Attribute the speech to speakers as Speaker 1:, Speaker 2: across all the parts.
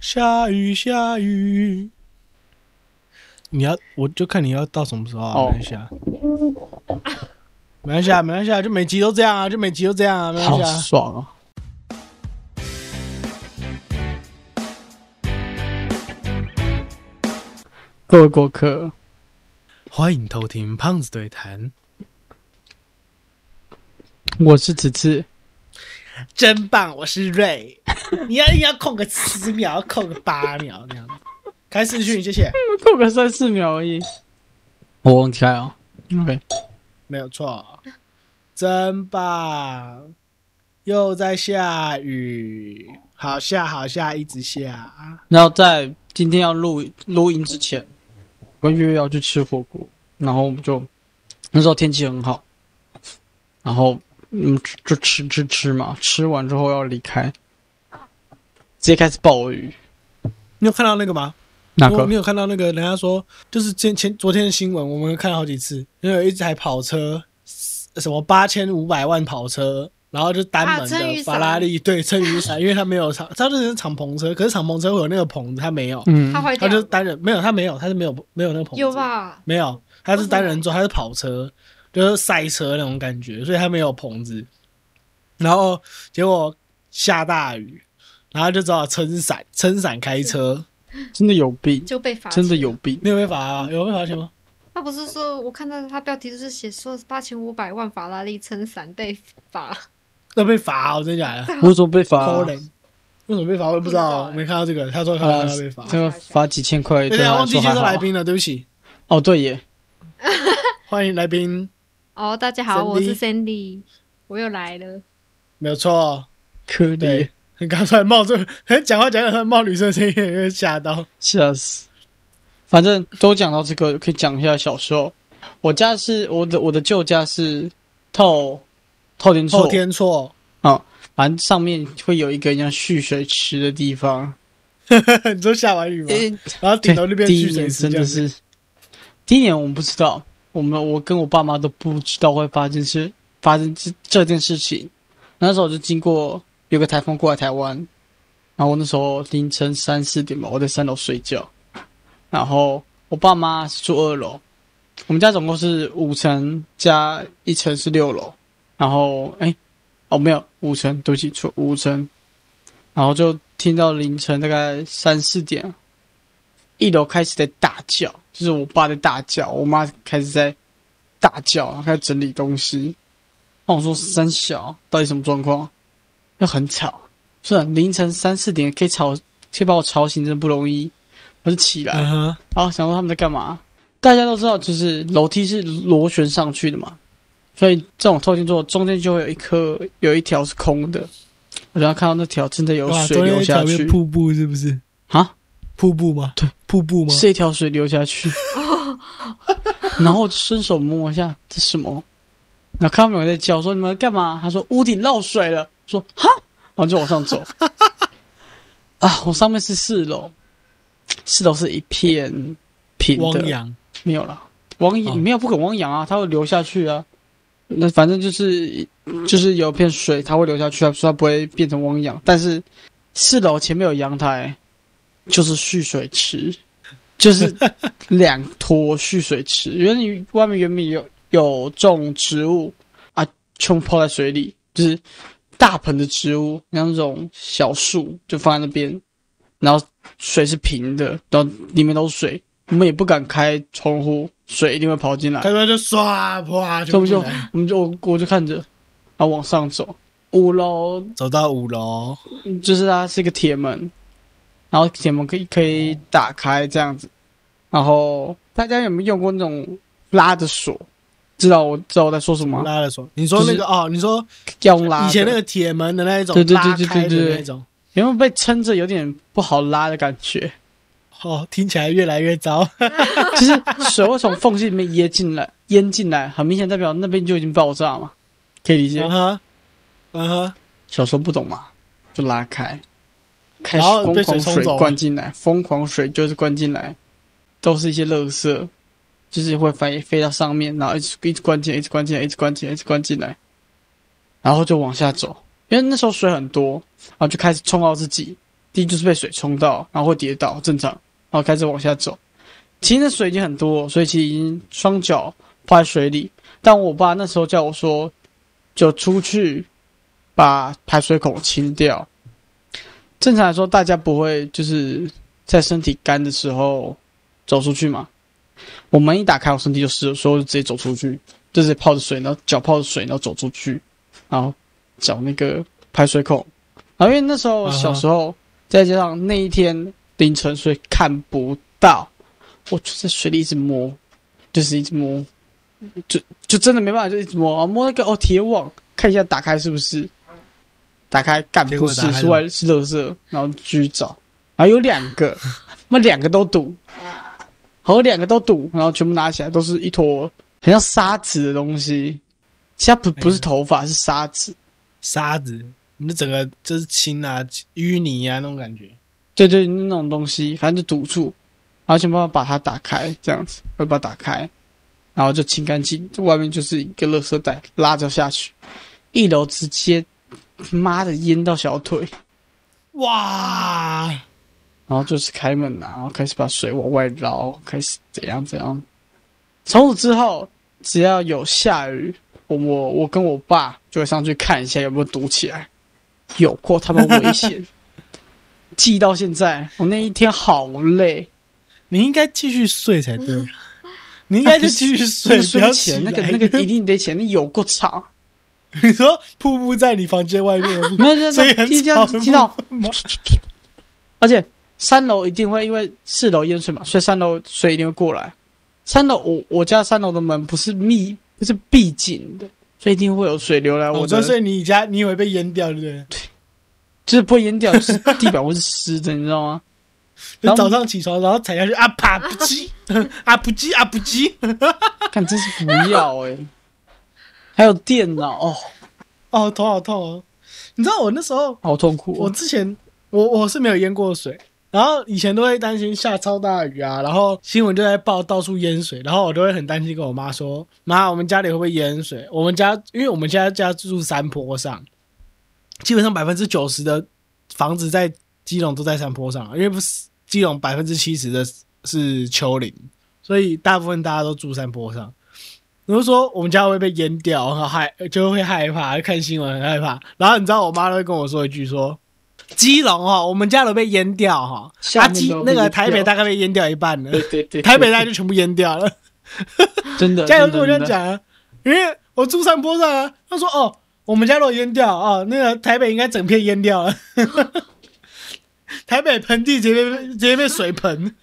Speaker 1: 下雨下雨。你要，我就看你要到什么时候啊？
Speaker 2: 哦
Speaker 1: 没关系啊，没关系啊，没关系啊，就每集都这样啊，就每集都这样啊，没关
Speaker 2: 好
Speaker 1: 系啊。
Speaker 2: 爽哦！各位过客，
Speaker 1: 欢迎偷听胖子对谈，
Speaker 2: 我是此次
Speaker 1: 真棒，我是瑞。 你要硬要空个十秒，空个八秒那样子。开视讯，谢谢。
Speaker 2: 过个三四秒而已，我忘记开哦。OK，
Speaker 1: 没有错，真棒！又在下雨，好下好下，一直下。
Speaker 2: 然后在今天要录录音之前，我跟月月要去吃火锅，然后我们就那时候天气很好，然后嗯就吃吃吃嘛，吃完之后要离开，直接开始暴雨。
Speaker 1: 你有看到那个吗？
Speaker 2: 那
Speaker 1: 我
Speaker 2: 个
Speaker 1: 你有看到那个人家说，就是前前昨天的新闻，我们看了好几次，因为有一台跑车，什么八千五百万跑车，然后就单门
Speaker 3: 啊撑雨
Speaker 1: 的
Speaker 3: 伞
Speaker 1: 法拉利，对，撑雨伞，因为它没有敞，它就是敞篷车，可是敞篷车会有那个棚子，它没有，
Speaker 2: 嗯
Speaker 3: 它坏
Speaker 1: 它
Speaker 3: 掉
Speaker 1: 就是单人，没有，它没有，它是没有没有那个棚子，
Speaker 3: 有吧？
Speaker 1: 没有，它是单人座，它是跑车，就是赛车那种感觉，所以它没有棚子。然后结果下大雨，然后就只好撑伞，撑伞开车。
Speaker 2: 真的有病，
Speaker 3: 就被罚钱
Speaker 2: 真的有。病。
Speaker 1: 你有被罚啊？有被罚钱吗？
Speaker 3: 他不是说，我看到他标题就是写说八千五百万法拉利撑伞被罚，
Speaker 1: 那被罚、啊，我真的假的？
Speaker 2: 我怎么被罚、
Speaker 1: 偷人、为什么被罚？我也不知道，
Speaker 3: 不知道欸
Speaker 1: 没看到这个。他说看
Speaker 2: 啊
Speaker 1: 到他被罚。，哎
Speaker 2: 这个罚几千块
Speaker 1: 对
Speaker 2: 对
Speaker 1: 对，
Speaker 2: 他
Speaker 1: 忘
Speaker 2: 来
Speaker 1: 记
Speaker 2: 说
Speaker 1: 介
Speaker 2: 还
Speaker 1: 绍来
Speaker 2: 好。
Speaker 1: 宾了，对不起，
Speaker 2: 哦，对耶，
Speaker 1: 欢迎来宾，
Speaker 3: 哦，大家好，我是 Sandy，我又来了。
Speaker 1: 没有错。
Speaker 2: 可
Speaker 1: 对
Speaker 2: 怜，，
Speaker 1: 你刚才冒 出，讲话讲讲突然冒女生的声音，有点吓到。
Speaker 2: 吓死。反正都讲到这个，可以讲一下小时候。我家是我的我的旧家是透透天厝
Speaker 1: 后，天错，
Speaker 2: 反正上面会有一个像蓄水池的地方。
Speaker 1: 你说下完雨吗？
Speaker 2: 诶
Speaker 1: 然后顶头那边
Speaker 2: 第一
Speaker 1: 蓄水
Speaker 2: 年
Speaker 1: 池
Speaker 2: 真
Speaker 1: 这样
Speaker 2: 的
Speaker 1: 子。
Speaker 2: 是，第一年我们不知道，我们我跟我爸妈都不知道会发生这发生这这件事情。那时候我就经过有个台风过来台湾，然后我那时候凌晨三四点吧，我在三楼睡觉，然后我爸妈是住二楼，我们家总共是五层加一层是六楼，然后哎、哦没有五层，对不起错五层，然后就听到凌晨大概三四点，一楼开始在大叫，就是我爸在大叫，我妈开始在大叫，然后开始整理东西。那我说三小到底什么状况？又很吵，是啊凌晨三四点可以吵，可以把我吵醒，真不容易。我就起来，
Speaker 1: 嗯哼，
Speaker 2: 然后想说他们在干嘛？大家都知道，就是楼梯是螺旋上去的嘛，所以这种透天座中间就会有一颗有一条是空的。我然后看到那条真的有
Speaker 1: 哇，
Speaker 2: 水
Speaker 1: 昨天
Speaker 2: 流
Speaker 1: 一
Speaker 2: 下
Speaker 1: 条变
Speaker 2: 去
Speaker 1: 瀑布是不是？
Speaker 2: 啊，
Speaker 1: 瀑布吗？对，瀑布吗？
Speaker 2: 是一条水流下 去，然后伸手摸一下，这是什么？然后看到有人在叫，说你们干嘛？他说屋顶漏水了，说哈，然后就往 上走。啊，我上面是四楼，四楼是一片平
Speaker 1: 汪
Speaker 2: 的，
Speaker 1: 洋，
Speaker 2: 没有了。汪
Speaker 1: 哦
Speaker 2: 洋没有不可汪洋啊，它会流下去啊。那反正就是就是有片水，它会流下去啊，所以它不会变成汪洋。但是四楼前面有阳台，就是蓄水池，就是两坨蓄水池。原来外面原本有有种植物啊，全部泡在水里，就是大盆的植物，像那种小树就放在那边，然后水是平的，然后里面都是水，我们也不敢开窗户，水一定会跑进来
Speaker 1: 他。说就刷啪
Speaker 2: 所以
Speaker 1: 就进
Speaker 2: 我们就
Speaker 1: 来
Speaker 2: 我们就我我就看着，然后往上走，五楼
Speaker 1: 走到五楼，
Speaker 2: 嗯就是它是一个铁门，然后铁门可以可以打开这样子。然后大家有没有用过那种拉着锁？知道我知道我在说什么吗？
Speaker 1: 拉了锁。你说那
Speaker 2: 就
Speaker 1: 个哦，你说
Speaker 2: 要用拉的
Speaker 1: 以前那个铁门的那一种，
Speaker 2: 啊对对对
Speaker 1: 拉
Speaker 2: 对对
Speaker 1: 开的
Speaker 2: 对
Speaker 1: 那种。
Speaker 2: 有没有被撑着，有点不好拉的感觉？
Speaker 1: 哦，听起来越来越糟。
Speaker 2: 就是水会从缝隙里面噎进来，淹进来，很明显代表那边就已经爆炸嘛，可以理解
Speaker 1: 嗯。哼，嗯哼，
Speaker 2: 小时候不懂嘛，就拉开，开
Speaker 1: 然
Speaker 2: 始
Speaker 1: 后
Speaker 2: 疯
Speaker 1: 被水
Speaker 2: 狂
Speaker 1: 冲
Speaker 2: 水
Speaker 1: 走了
Speaker 2: 灌进来，疯狂水就是灌进来，都是一些垃圾，就是会飞飞到上面，然后一直一直灌进来，一直灌进来，一直灌进来，一直灌进来，然后就往下走，因为那时候水很多，然后就开始冲到自己，第一就是被水冲到，然后会跌倒，正常，然后开始往下走。其实那水已经很多，所以其实已经双脚泡在水里。但我爸那时候叫我说，就出去把排水孔清掉。正常来说，大家不会就是在身体干的时候走出去嘛。我门一打开，我身体就湿了，所以我就直接走出去，就直接泡着水，然后脚泡着水，然后走出去，然后找那个排水孔。然后因为那时候
Speaker 1: 啊哈
Speaker 2: 小时候，再加上那一天凌晨，所以看不到，我就在水里一直摸，就是一直摸，就就真的没办法，就一直摸，啊摸那个哦铁网，看一下打开是不是，打开干
Speaker 1: 结
Speaker 2: 不
Speaker 1: 果打
Speaker 2: 是，
Speaker 1: 开
Speaker 2: 是外是垃圾，然后继续找，然后有两 个，那两个都堵，然后两个都堵，然后全部拿起来都是一坨很像沙子的东西，其实
Speaker 1: 哎
Speaker 2: 它不不是头发是沙子，
Speaker 1: 沙子，你整个就是青啊、淤泥啊那种感觉。
Speaker 2: 对对，那种东西，反正就堵住，然后想办法把它打开，这样子，会把它打开，然后就清干净，这外面就是一个垃圾袋拉着下去，一楼直接妈的淹到小腿，
Speaker 1: 哇，
Speaker 2: 然后就是开门啊，然后开始把水往外捞，开始怎样怎样。从此之后，只要有下雨，我我我跟我爸就会上去看一下有没有堵起来，有过他们危险。记到现在，我那一天好累，
Speaker 1: 你应该继续睡才对， 你应该就继续睡，不要
Speaker 2: 睡
Speaker 1: 起
Speaker 2: 前
Speaker 1: 来
Speaker 2: 那个那个一定得钱，那有够吵，
Speaker 1: 你说瀑布在你房间外 面，
Speaker 2: 没有没 有
Speaker 1: 所
Speaker 2: 没
Speaker 1: 以
Speaker 2: 有，
Speaker 1: 很
Speaker 2: 听
Speaker 1: 吵
Speaker 2: 到
Speaker 1: 的
Speaker 2: 听到
Speaker 1: 部分吗，
Speaker 2: 而且三楼一定会因为四楼淹水嘛，所以三楼水一定会过来。三楼我我家三楼的门不是密不是闭紧的，所以一定会有水流来
Speaker 1: 我
Speaker 2: 我
Speaker 1: 说
Speaker 2: 的，
Speaker 1: 哦所以你家你以为被淹掉对不对？
Speaker 2: 就是不会淹掉，就是地板会是湿的，你知道 吗？
Speaker 1: 就
Speaker 2: 然后
Speaker 1: 早上起床然后踩下去啊啪不叽 啊不叽啊不叽，
Speaker 2: 看真是不要哎、还有电脑哦，
Speaker 1: 哦头好痛哦！你知道我那时候
Speaker 2: 好痛苦、
Speaker 1: 我
Speaker 2: 哦。
Speaker 1: 之前我我是没有淹过水，然后以前都会担心下超大雨啊，然后新闻就在报到处淹水，然后我都会很担心跟我妈说：“妈，我们家里会不会淹水？我们家因为我们家家住山坡上，基本上百分之九十的房子在基隆都在山坡上，因为不是基隆百分之七十的是丘陵，所以大部分大家都住山坡上。我就说我们家会被淹掉，然后害就会害怕，看新闻很害怕。然后你知道我妈都会跟我说一句说，基隆哦，我们家都被淹掉哈、哦，啊
Speaker 2: 下面
Speaker 1: 基
Speaker 2: 都
Speaker 1: 那
Speaker 2: 被淹
Speaker 1: 个
Speaker 2: 掉
Speaker 1: 台北大概被淹掉一半了
Speaker 2: 对，对对，
Speaker 1: 台北大概就全部淹掉了。
Speaker 2: 真的
Speaker 1: 加油
Speaker 2: 真
Speaker 1: 跟我这
Speaker 2: 的
Speaker 1: 样
Speaker 2: 真的，
Speaker 1: 讲啊，因为我住山坡上啊。他说哦，我们家都有淹掉啊、哦，那个台北应该整片淹掉了。 台北盆地直接被直接被水盆，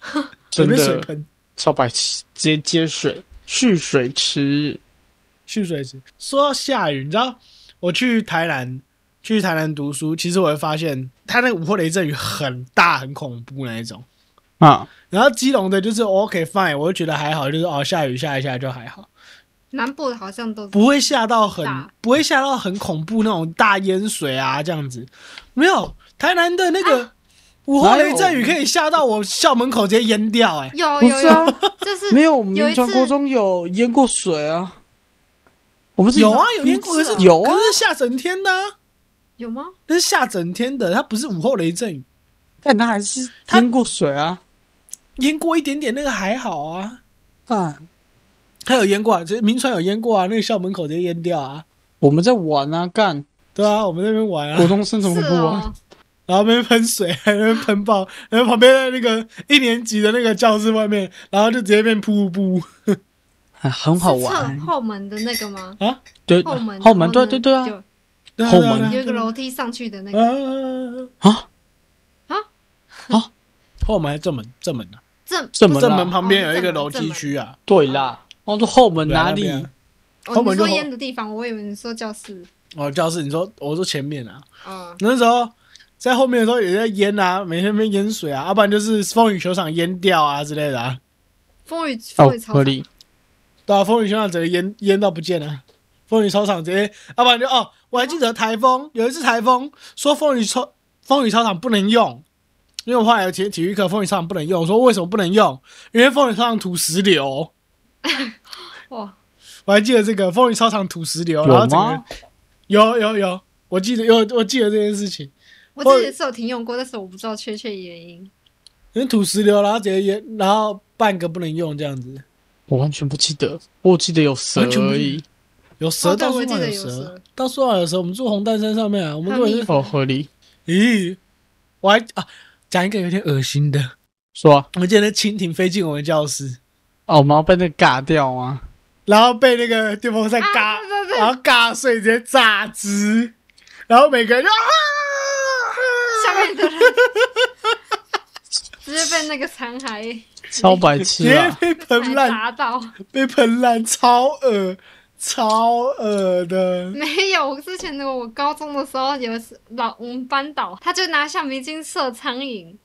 Speaker 1: 直
Speaker 2: 真
Speaker 1: 接被水
Speaker 2: 的
Speaker 1: 盆
Speaker 2: 超白痴，直接接水蓄水池。
Speaker 1: 蓄水池。说到下雨，你知道我去台南去台南读书，其实我会发现它那个午后雷阵雨很大很恐怖那一种。
Speaker 2: 啊，
Speaker 1: 然后基隆的就是 OK fine，我就觉得还好，就是哦下雨下一下就还好。
Speaker 3: 南部的好像都
Speaker 1: 不会下到很
Speaker 3: 大
Speaker 1: 不会下到很恐怖那种大淹水啊这样子，没有台南的那个
Speaker 3: 啊
Speaker 1: 午后雷阵雨可以下到我校门口直接淹掉哎、
Speaker 3: 哦有
Speaker 2: 不
Speaker 3: 有
Speaker 2: 是啊
Speaker 3: 有，就是
Speaker 2: 没 有，我们
Speaker 3: 有一
Speaker 2: 临床
Speaker 3: 次
Speaker 2: 国中有淹过水啊。我们是
Speaker 1: 有啊有淹过，可
Speaker 2: 一次
Speaker 1: 是
Speaker 3: 哦
Speaker 2: 有啊
Speaker 1: 可，是下整天的、啊，
Speaker 3: 有吗？
Speaker 1: 那是下整天的，它不是午后雷阵雨，
Speaker 2: 但他还是
Speaker 1: 他
Speaker 2: 淹过水啊。
Speaker 1: 淹过一点点那个还好啊，
Speaker 2: 啊，
Speaker 1: 它有淹过、啊，就是明川有淹过啊，那个校门口直接淹掉啊，
Speaker 2: 我们在玩啊，干
Speaker 1: 对啊，我们在那边玩啊
Speaker 2: 国，中生怎
Speaker 3: 是
Speaker 2: 么不啊玩？
Speaker 3: 哦，
Speaker 1: 然后那边喷水，还在那边喷爆，然后旁边的那个一年级的那个教室外面，然后就直接变瀑布。
Speaker 2: 啊很好
Speaker 3: 是
Speaker 2: 玩
Speaker 3: 侧，后门的那个吗？
Speaker 2: 对，
Speaker 3: 后门
Speaker 2: 后门，对
Speaker 3: 然后呢
Speaker 2: 对对啊，
Speaker 3: 有
Speaker 1: 对啊
Speaker 2: 后
Speaker 1: 对啊
Speaker 2: 门
Speaker 1: 对
Speaker 3: 有
Speaker 1: 啊
Speaker 3: 一个楼梯上去的那个，
Speaker 1: 啊
Speaker 2: 啊，
Speaker 1: 后门还是正门？正门啊，
Speaker 3: 正
Speaker 2: 正门
Speaker 1: 正
Speaker 2: 啦
Speaker 1: 门旁边有一
Speaker 3: 哦
Speaker 1: 个
Speaker 3: 正门
Speaker 1: 楼梯区啊，
Speaker 2: 对啦，我说后门
Speaker 1: 对啊
Speaker 2: 哪里
Speaker 1: 那？边啊
Speaker 3: 哦
Speaker 1: 后
Speaker 3: 你
Speaker 1: 门就
Speaker 3: 说
Speaker 1: 后
Speaker 3: 烟的地方，我以为你说教室。
Speaker 1: 哦，教室，你说我说前面啊，
Speaker 3: 嗯，
Speaker 1: 那时候在后面的时候也在淹啊，每天被淹水啊，要不然就是风雨球场淹掉啊之类的啊，
Speaker 3: 风雨风
Speaker 2: 哦
Speaker 3: 雨，操
Speaker 2: 合
Speaker 3: 场，
Speaker 2: 理，
Speaker 1: 对啊，风雨球场直接淹淹到不见了、风雨操场直接，要不然就哦，我还记得台风有一次台风说风雨操风雨操场不能用，因为我后来有体体育课，风雨操场不能用，我说为什么不能用？因为风雨操场土石流。
Speaker 3: 哇，
Speaker 1: 我还记得这个风雨操场土石流，然后
Speaker 2: 有
Speaker 1: 整个
Speaker 2: 吗？
Speaker 1: 有有有，我记得有我记得这件事情。
Speaker 3: 我之前是有停用过，但是我不知道确切原因。
Speaker 1: 因为土石流，然后直接也，然后半个不能用这样子，
Speaker 2: 我完全不记得，我记得有蛇
Speaker 1: 完全不
Speaker 2: 而
Speaker 1: 记
Speaker 2: 已。
Speaker 1: 有蛇
Speaker 3: 哦对
Speaker 1: 到处
Speaker 3: 我记
Speaker 1: 乱
Speaker 3: 得
Speaker 1: 有
Speaker 3: 有
Speaker 1: 蛇
Speaker 3: 蛇，
Speaker 1: 到处乱有蛇。我们住红蛋山上面啊，我们
Speaker 3: 还
Speaker 1: 根
Speaker 3: 有
Speaker 1: 本
Speaker 3: 蜜
Speaker 1: 是
Speaker 2: 哦，合理。
Speaker 1: 咦，我还啊讲一个有点恶心的，
Speaker 2: 说啊，
Speaker 1: 我记得那蜻蜓飞进我们教室，
Speaker 2: 哦，我们要被那个嘎掉吗？
Speaker 1: 然后被那个电风扇嘎，
Speaker 3: 啊对对对
Speaker 1: 然后嘎碎，直接炸枝，然后每个人就啊，
Speaker 3: 下面的人 直接被那个残骸
Speaker 2: 超白
Speaker 1: 直
Speaker 2: 痴
Speaker 1: 接
Speaker 2: 啊！
Speaker 1: 被喷
Speaker 3: 残骸
Speaker 1: 烂，
Speaker 3: 砸到。
Speaker 1: 被喷烂，超恶，超恶的。
Speaker 3: 没有，我之前的我高中的时候有一次老我们班导，他就拿橡皮筋射苍蝇，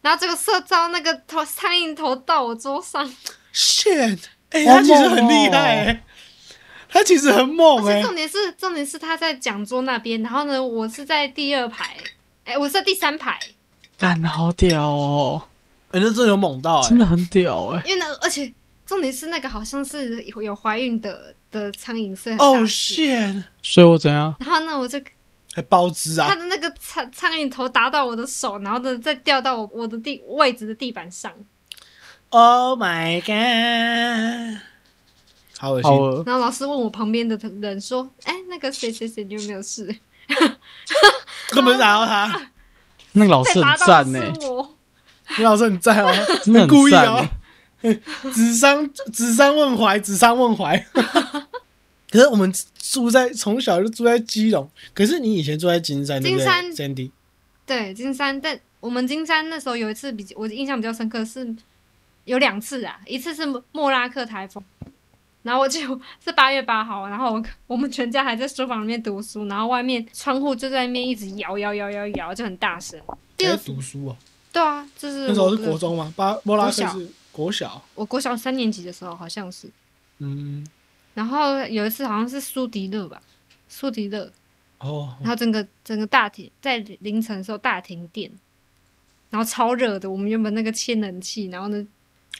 Speaker 3: 然后这个射到那个头苍蝇头到我桌上，
Speaker 1: shit，哎、
Speaker 2: 好
Speaker 1: 他其实
Speaker 2: 猛
Speaker 1: 很厉害、
Speaker 2: 哦
Speaker 1: 欸，他其实很猛
Speaker 3: 而
Speaker 1: 哎、
Speaker 3: 且重点是重点是他在讲桌那边，然后呢我是在第二排，哎我是在第三排，
Speaker 2: 干，好屌哦，
Speaker 1: 人家真的有猛到哎、
Speaker 2: 真的很屌哎！
Speaker 3: 因为呢而且重点是那个好像是有有怀孕的的苍蝇是很大
Speaker 1: 哦、
Speaker 3: 只
Speaker 1: shit，
Speaker 2: 所以我怎样？
Speaker 3: 然后呢我就
Speaker 1: 还包汁
Speaker 3: 他
Speaker 1: 啊，
Speaker 3: 的那个苍苍蝇头打到我的手，然后呢再掉到我我的地位置的地板上，
Speaker 1: Oh my god！好恶
Speaker 2: 好
Speaker 1: 心，
Speaker 2: 恶，
Speaker 3: 然后老师问我旁边的人说：“哎、那个谁谁谁你有没有事
Speaker 1: 根本打到他，
Speaker 2: 那 个？”老
Speaker 3: 被
Speaker 2: 师
Speaker 3: 拔
Speaker 2: 很
Speaker 3: 到
Speaker 2: 赞
Speaker 3: 的
Speaker 2: 呢，
Speaker 1: 欸
Speaker 3: 是我，
Speaker 1: 你老师很赞哦、
Speaker 2: 真的
Speaker 1: 你故
Speaker 2: 很
Speaker 1: 意
Speaker 2: 赞
Speaker 1: 哦
Speaker 2: 欸。、
Speaker 1: 指桑指桑问槐，指桑问 槐。可是我们住在从小就住在基隆，可是你以前住在金山，对不对
Speaker 3: 金山
Speaker 1: ，Sandy？
Speaker 3: 对金山，但我们金山那时候有一次比我印象比较深刻是有两次啊，一次是莫拉克台风，然后我就是八月八号，然后我我们全家还在书房里面读书，然后外面窗户就在那边一直摇摇摇摇摇，就很大声。第
Speaker 1: 在
Speaker 3: 二
Speaker 1: 读书哦、
Speaker 3: 对啊，就是
Speaker 1: 那时候
Speaker 3: 我
Speaker 1: 是
Speaker 3: 的
Speaker 1: 国，中吗？巴莫拉克
Speaker 3: 国小
Speaker 1: 是国小，
Speaker 3: 我国小三年级的时候好像是，
Speaker 1: 嗯，
Speaker 3: 然后有一次好像是苏迪勒吧，苏迪勒。
Speaker 1: 哦，
Speaker 3: 然后整个整个大停在凌晨的时候大停电，然后超热的，我们原本那个千冷气，然后呢，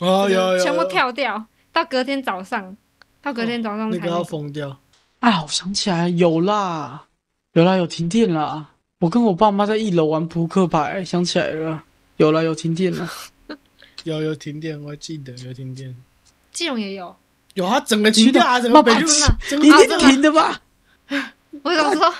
Speaker 1: 哦，
Speaker 3: 这个
Speaker 1: 有有，
Speaker 3: 全部
Speaker 1: 有
Speaker 3: 跳掉，到隔天早上，到隔天早上
Speaker 1: 那
Speaker 3: 才
Speaker 1: 个要疯掉。
Speaker 2: 啊，我想起来了有啦，有啦，有停电啦。我跟我爸妈在一楼玩扑克牌，想起来了，有啦，有停电了。
Speaker 3: 啊
Speaker 1: 有有停电，我还记得有停电，
Speaker 3: 基隆也有，啊
Speaker 1: 有啊，整个停电啊，整个
Speaker 2: 妈
Speaker 1: 北
Speaker 2: 妈
Speaker 1: 部
Speaker 3: 真的，
Speaker 1: 整
Speaker 2: 一
Speaker 1: 个，
Speaker 2: 定停的吧？
Speaker 3: 我想说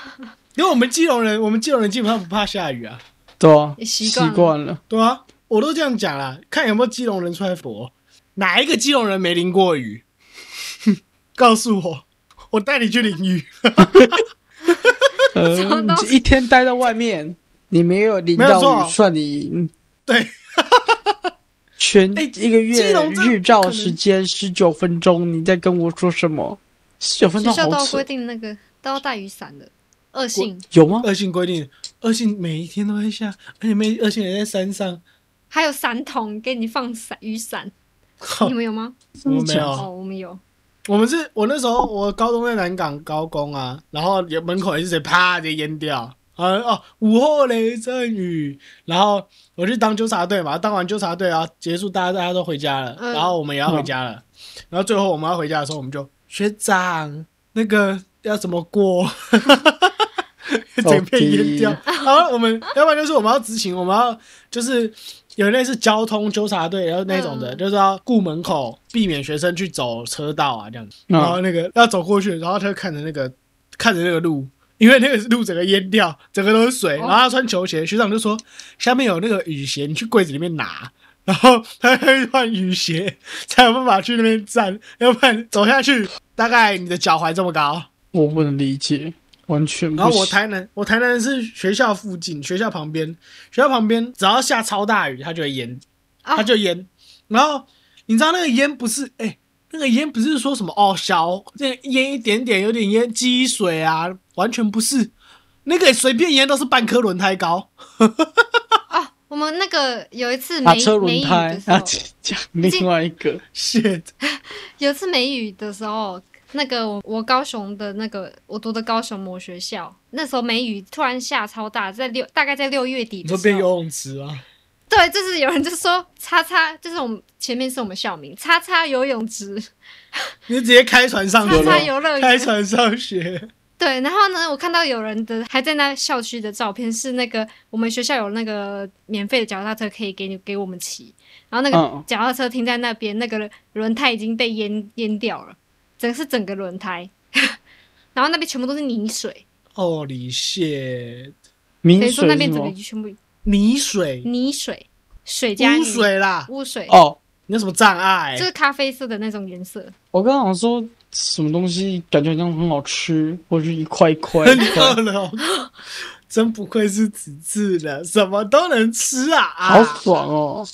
Speaker 1: 因为我们基隆人，我们基隆人基本上不怕下雨啊，
Speaker 2: 对啊，
Speaker 3: 也
Speaker 2: 习
Speaker 3: 习惯了
Speaker 2: 了。
Speaker 1: 对啊，我都这样讲啦，看有没有基隆人出来佛，哪一个基隆人没淋过雨？ 告诉我，我带你去淋 雨。
Speaker 2: 呃，
Speaker 3: 什么
Speaker 2: 你
Speaker 3: 东西
Speaker 2: 这一天待在外面，你没有淋
Speaker 1: 没有错
Speaker 2: 到雨，算你赢。
Speaker 1: 对，
Speaker 2: 全
Speaker 1: 哎
Speaker 2: 一
Speaker 1: 基
Speaker 2: 个月
Speaker 1: 隆真
Speaker 2: 日照时间十九分钟，你在跟我说什么？十九分
Speaker 3: 学
Speaker 2: 钟
Speaker 3: 校都
Speaker 2: 好哦
Speaker 3: 要规
Speaker 2: 扯，
Speaker 3: 定那个都要带雨伞的，恶性。
Speaker 2: 有吗？
Speaker 1: 恶性规定，恶性每一天都在下，而且每而且也在山 上。
Speaker 3: 还有伞桶给你放伞雨伞，
Speaker 1: 靠
Speaker 3: 你，们有吗？
Speaker 1: 我
Speaker 2: 真的
Speaker 1: 没
Speaker 2: 假
Speaker 1: 有
Speaker 2: 的
Speaker 1: 哦
Speaker 3: 哦，我们有，
Speaker 1: 我们是我那时候我高中在南港高工啊，然后也门口也是谁啪直接淹掉。啊哦，午后雷阵雨，然后我去当纠察队嘛，当完纠察队啊，结束大家大家都回家了，
Speaker 3: 嗯
Speaker 1: 然后我们也要回家了，然后最后我们要回家的时候，我们就学长那个要怎么过，整片淹掉，然后我们要不然就是我们要执行，我们要就是有类似交通纠察队，然后那种的，
Speaker 3: 嗯
Speaker 1: 就是要顾门口，避免学生去走车道啊这样子。
Speaker 2: 嗯
Speaker 1: 然后那个要走过去，然后他就看着那个看着那个路，因为那个路整个淹掉，整个都是水。
Speaker 3: 哦
Speaker 1: 然后他穿球鞋，学长就说下面有那个雨鞋，你去柜子里面拿。然后他会换雨鞋，才有办法去那边站，要不然走下去大概你的脚踝这么高。
Speaker 2: 我不能理解，完全不
Speaker 1: 然后我
Speaker 2: 行
Speaker 1: 台南，我台南是学校附近，学校旁边，学校旁边只要下超大雨，它就会淹，
Speaker 3: 啊
Speaker 1: 它就淹。然后你知道那个淹不是，哎、那个淹不是说什么哦小，这淹一点点，有点淹积水啊，完全不是，那个随便淹都是半颗轮胎高。
Speaker 3: 啊，我们那个有一次
Speaker 2: 啊，
Speaker 3: 没
Speaker 2: 车
Speaker 3: 没
Speaker 2: 轮
Speaker 3: 雨
Speaker 2: 胎
Speaker 3: 的 时
Speaker 2: 啊，
Speaker 3: 候，
Speaker 2: 讲另外一个
Speaker 1: shit，
Speaker 3: 有一次梅雨的时候，那个我我高雄的那个我读的高雄某学校，那时候梅雨突然下超大，在六大概在六月 底
Speaker 1: 你
Speaker 3: 的
Speaker 1: 说
Speaker 3: 时
Speaker 1: 变游
Speaker 3: 候，
Speaker 1: 泳池啊？
Speaker 3: 对，就是有人就说叉叉，就是我们前面是我们校名叉叉游泳池，
Speaker 1: 你直接开船上
Speaker 3: 叉叉
Speaker 1: 学，
Speaker 3: 游乐
Speaker 1: 开
Speaker 3: 园，
Speaker 1: 船上学，
Speaker 3: 对对，然后呢，我看到有人的还在那校区的照片是那个我们学校有那个免费的脚踏车可以给你给我们骑，然后那个
Speaker 2: 嗯
Speaker 3: 脚踏车停在那边，那个轮胎已经被淹淹掉了，整是整个轮胎， 然后那边全部都是泥水，
Speaker 1: 哦，里谢
Speaker 2: 明
Speaker 3: 等于说
Speaker 2: 水
Speaker 3: 那
Speaker 2: 是
Speaker 3: 边
Speaker 2: 什
Speaker 3: 整个
Speaker 2: 么？
Speaker 3: 全部
Speaker 1: 泥水、哦
Speaker 3: 泥水，水加
Speaker 1: 污
Speaker 3: 泥
Speaker 1: 水啦，
Speaker 3: 污水，
Speaker 2: 哦，
Speaker 1: 你有什么障碍
Speaker 3: 就？是咖啡色的那种颜色，
Speaker 2: 我刚刚想说什么东西，感觉好像很好吃，或是一块一块
Speaker 1: 很
Speaker 2: 一块
Speaker 1: 饿，了哦， 真不愧是纸质的，什么都能吃啊！
Speaker 2: 好爽哦。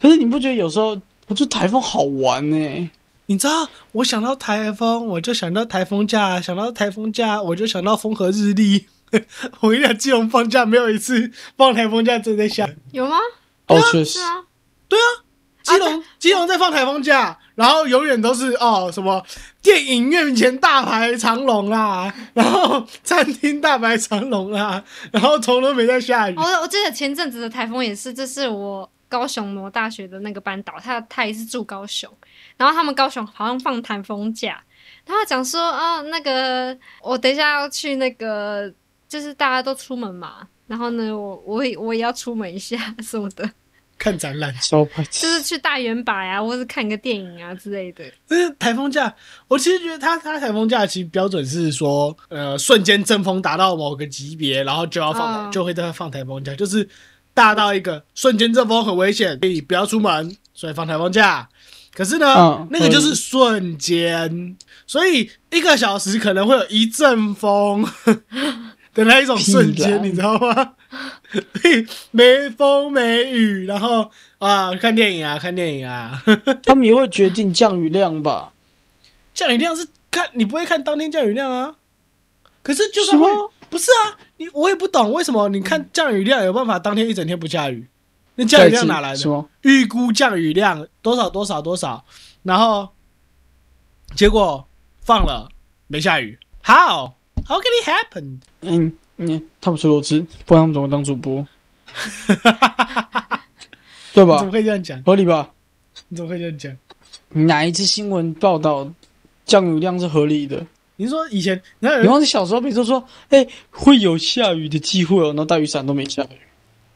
Speaker 2: 可是你不觉得有时候我觉得台风好玩呢、
Speaker 1: 你知道，我想到台风，我就想到台风假，想到台风假，我就想到风和日丽。 我跟你讲，基隆放假没有一次放台风假真的下。
Speaker 3: 有吗？
Speaker 2: 哦，确实
Speaker 3: 是，啊，
Speaker 1: 对啊，基隆、基隆在放台风假，然后永远都是哦什么电影院前大排长龙啦，然后餐厅大排长龙啦，然后从来没在下雨。
Speaker 3: 哦我我记得前阵子的台风也是，这是我高雄某大学的那个班导，他他也是住高雄，然后他们高雄好像放台风假，然后讲说啊，那个我等一下要去那个，就是大家都出门嘛，然后呢，我我也我也要出门一下什么的，
Speaker 1: 看展览，
Speaker 2: 小白
Speaker 3: 就
Speaker 2: 痴
Speaker 3: 是去大圆柏呀、或是看个电影啊之类的。
Speaker 1: 但是台风假，我其实觉得他他台风假其实标准是说，呃，瞬间阵风达到某个级别，然后就要放台、
Speaker 3: 嗯
Speaker 1: 就会再放台风假，就是大到一个瞬间阵风很危险，所以不要出门，所以放台风假。可是呢，
Speaker 2: 嗯
Speaker 1: 那个就
Speaker 2: 可
Speaker 1: 是
Speaker 2: 以
Speaker 1: 瞬间，所以一个小时可能会有一阵风的那一种瞬
Speaker 2: 屁啦
Speaker 1: 间，你知道吗？ 所以没风没雨，然后啊，看电影啊，看电影啊。
Speaker 2: 他们也会决定降雨量吧？
Speaker 1: 降雨量是看你不会看当天降雨量啊。可是就算
Speaker 2: 什
Speaker 1: 会
Speaker 2: 么
Speaker 1: 不是啊，你我也不懂为什么你看降雨量有办法当天一整天不下雨，那降雨量哪来
Speaker 2: 是
Speaker 1: 的？
Speaker 2: 吗？
Speaker 1: 预估降雨量多少多少多少，然后结果放了没下雨，How how can it happen？
Speaker 2: 嗯，你他们是弱智，不然他们怎么当 主播？
Speaker 1: 你
Speaker 2: 对
Speaker 1: 怎
Speaker 2: 吧
Speaker 1: 么？可以这样讲？
Speaker 2: 合理吧？
Speaker 1: 你怎么可以这样讲？
Speaker 2: 哪一次新闻报道降雨量是合理的？
Speaker 1: 你说以前那有
Speaker 2: 你忘记小时候，比如说说，哎、会有下雨的机会哦，然后带雨伞都没下雨。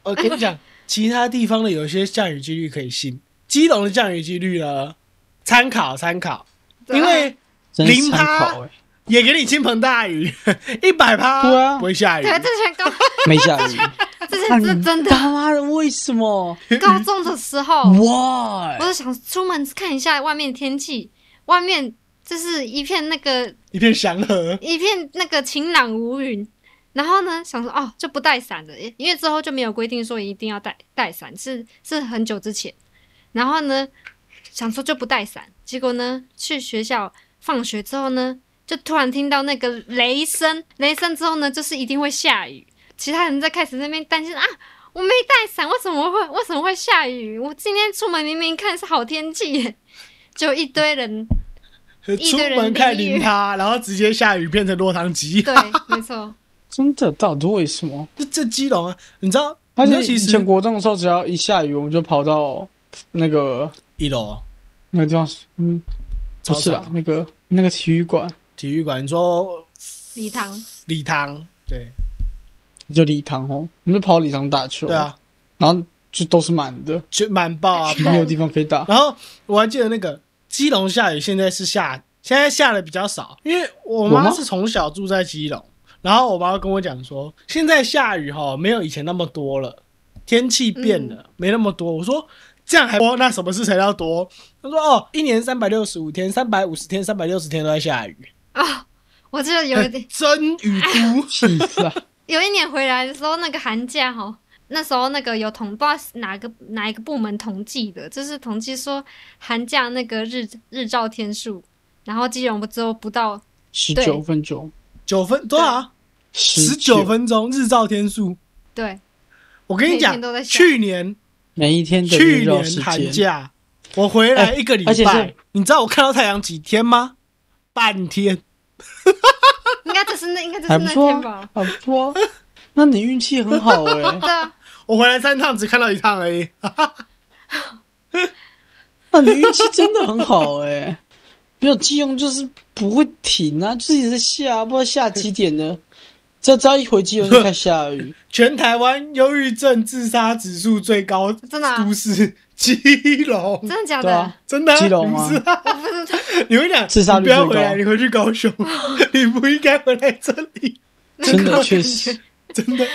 Speaker 1: 我呃跟你讲，其他地方的有些降雨几率可以信，基隆的降雨几率呢，参考参考，
Speaker 3: 啊
Speaker 1: 因为。
Speaker 2: 真是
Speaker 1: 零
Speaker 2: 参
Speaker 1: 趴
Speaker 2: 考哎、
Speaker 1: 也给你倾盆大雨， 一百趴，
Speaker 2: 对啊
Speaker 1: 不会下雨
Speaker 3: 对，。这全高，
Speaker 2: 没下 雨。
Speaker 3: 这是这真的。
Speaker 2: 他妈的，为什么
Speaker 3: 高中的时候，
Speaker 1: 嗯
Speaker 2: ？Why？
Speaker 1: 哦
Speaker 3: 我就想出门看一下外面的天气，外面就是一片那个
Speaker 1: 一片祥和，
Speaker 3: 一片那个晴朗无云。然后呢，想说哦，就不带伞的，因因为之后就没有规定说一定要带带伞，是是很久之前。然后呢，想说就不带伞，结果呢，去学校放学之后呢，就突然听到那个雷声，雷声之后呢，就是一定会下雨。其他人在开始在那边担心啊，我没带伞，为什么会 为什么会下雨？我今天出门明明看是好天气耶，就一堆人，一
Speaker 1: 出
Speaker 3: 堆人淋雨
Speaker 1: 门看零趴，然后直接下雨变成落汤鸡。
Speaker 3: 对，没错。
Speaker 2: 真的，到底为什么？
Speaker 1: 这这基隆啊，你知道？
Speaker 2: 而
Speaker 1: 你知
Speaker 2: 且
Speaker 1: 道其
Speaker 2: 以前
Speaker 1: 实
Speaker 2: 国中的时候，只要一下雨，我们就跑到那个
Speaker 1: 一楼啊
Speaker 2: 那个地方，嗯，不是
Speaker 1: 操
Speaker 2: 啦，
Speaker 1: 场
Speaker 2: 那个那个体育馆，
Speaker 1: 体育馆，你说
Speaker 3: 礼堂，
Speaker 1: 礼堂，对
Speaker 2: 就礼堂哦，我们就跑礼堂打球，
Speaker 1: 对，啊，
Speaker 2: 然后就都是满的，
Speaker 1: 就满爆啊！
Speaker 2: 没有地方可以打。
Speaker 1: 然后我还记得那个基隆下雨，现在是下，现在下的比较少，因为我
Speaker 2: 有
Speaker 1: 妈
Speaker 2: 吗
Speaker 1: 是从小住在基隆，然后我妈跟我讲说，现在下雨哈没有以前那么多了，天气变
Speaker 3: 嗯
Speaker 1: 了，没那么多。我说这样还多，那什么事才叫多？她说哦，一年三百六十五天，三百五十天，三百六十天都在下雨，
Speaker 3: 哎我记得有一点， 哎
Speaker 1: 真雨都。
Speaker 2: 气死啊！
Speaker 3: 有一年回来的时候，那个寒假哈，那时候那个有统，不知道是哪个哪一个部门统计的，就是统计说寒假那个日日照天数，然后基隆只有不到，
Speaker 2: 十
Speaker 3: 对
Speaker 2: 九分钟，
Speaker 1: 九分多少啊？十
Speaker 2: 十
Speaker 1: 九，分钟日照天数。
Speaker 3: 对，
Speaker 1: 我跟你
Speaker 3: 每天
Speaker 1: 讲
Speaker 3: 都在，下
Speaker 1: 去年
Speaker 2: 每一天的
Speaker 1: 去
Speaker 2: 日照
Speaker 1: 年
Speaker 2: 时
Speaker 1: 寒
Speaker 2: 间，
Speaker 1: 假我回来一个礼
Speaker 2: 哎而且
Speaker 1: 拜
Speaker 2: 是，
Speaker 1: 你知道我看到太阳几天吗？半天。
Speaker 3: 应该就是那应该就是
Speaker 2: 还不
Speaker 3: 那
Speaker 2: 错
Speaker 3: 天
Speaker 2: 啊
Speaker 3: 吧，，
Speaker 2: 还不错啊。那你运气很好哎、
Speaker 3: 对啊，
Speaker 1: 我回来三趟，只看到一趟而已。
Speaker 2: 那你运气真的很好哎、没有季用就是不会停啊，就是一直在下，不知道下几点呢。这只要一回季用就开始下雨，
Speaker 1: 全台湾忧郁症自杀指数最高
Speaker 3: 真的啊
Speaker 1: 都市基隆，
Speaker 3: 真的假
Speaker 2: 对
Speaker 3: 的？
Speaker 2: 啊，
Speaker 1: 真的啊
Speaker 2: 基隆吗
Speaker 1: 你不是啊
Speaker 3: 我不知道，
Speaker 1: 你会讲
Speaker 2: 自杀
Speaker 1: 你
Speaker 2: 率
Speaker 1: 不要回
Speaker 2: 最
Speaker 1: 来，
Speaker 2: 高
Speaker 1: 你回去高 雄，你不应该回来这里，
Speaker 2: 真的确实，
Speaker 1: 真的。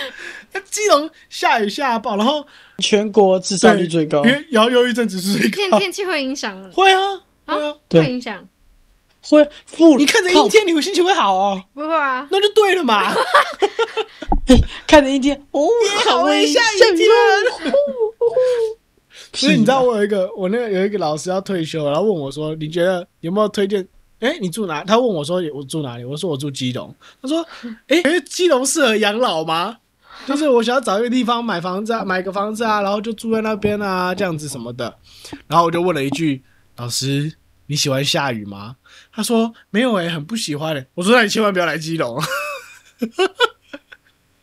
Speaker 1: 那基隆下雨下爆，然后
Speaker 2: 全国自杀率最高
Speaker 1: 因，为摇忧郁症指数最
Speaker 3: 天
Speaker 1: 高，
Speaker 3: 天气会 影响，
Speaker 1: 会啊会啊，
Speaker 2: 对
Speaker 3: 会影响，
Speaker 2: 会负
Speaker 1: 你看着
Speaker 2: 靠
Speaker 1: 阴天，你心情会好哦，
Speaker 3: 不会啊。
Speaker 1: 那就对了嘛。
Speaker 2: 看着一天，哦，
Speaker 1: 好
Speaker 2: 危
Speaker 1: 危
Speaker 2: 险
Speaker 1: 险，
Speaker 2: 了。
Speaker 1: 所以你知道我有一个，我那个有一个老师要退休了，然后问我说：“你觉得有没有推荐？”哎、你住哪？他问我说：“我住哪里？”我说：“我住基隆。”他 说：“哎、觉得基隆适合养老吗？就是我想要找一个地方买房子啊，买个房子啊，然后就住在那边啊，这样子什么的。”然后我就问了一句：“老师，你喜欢下雨吗？”他说：“没有哎、很不喜欢、欸。”我说：“那你千万不要来基隆。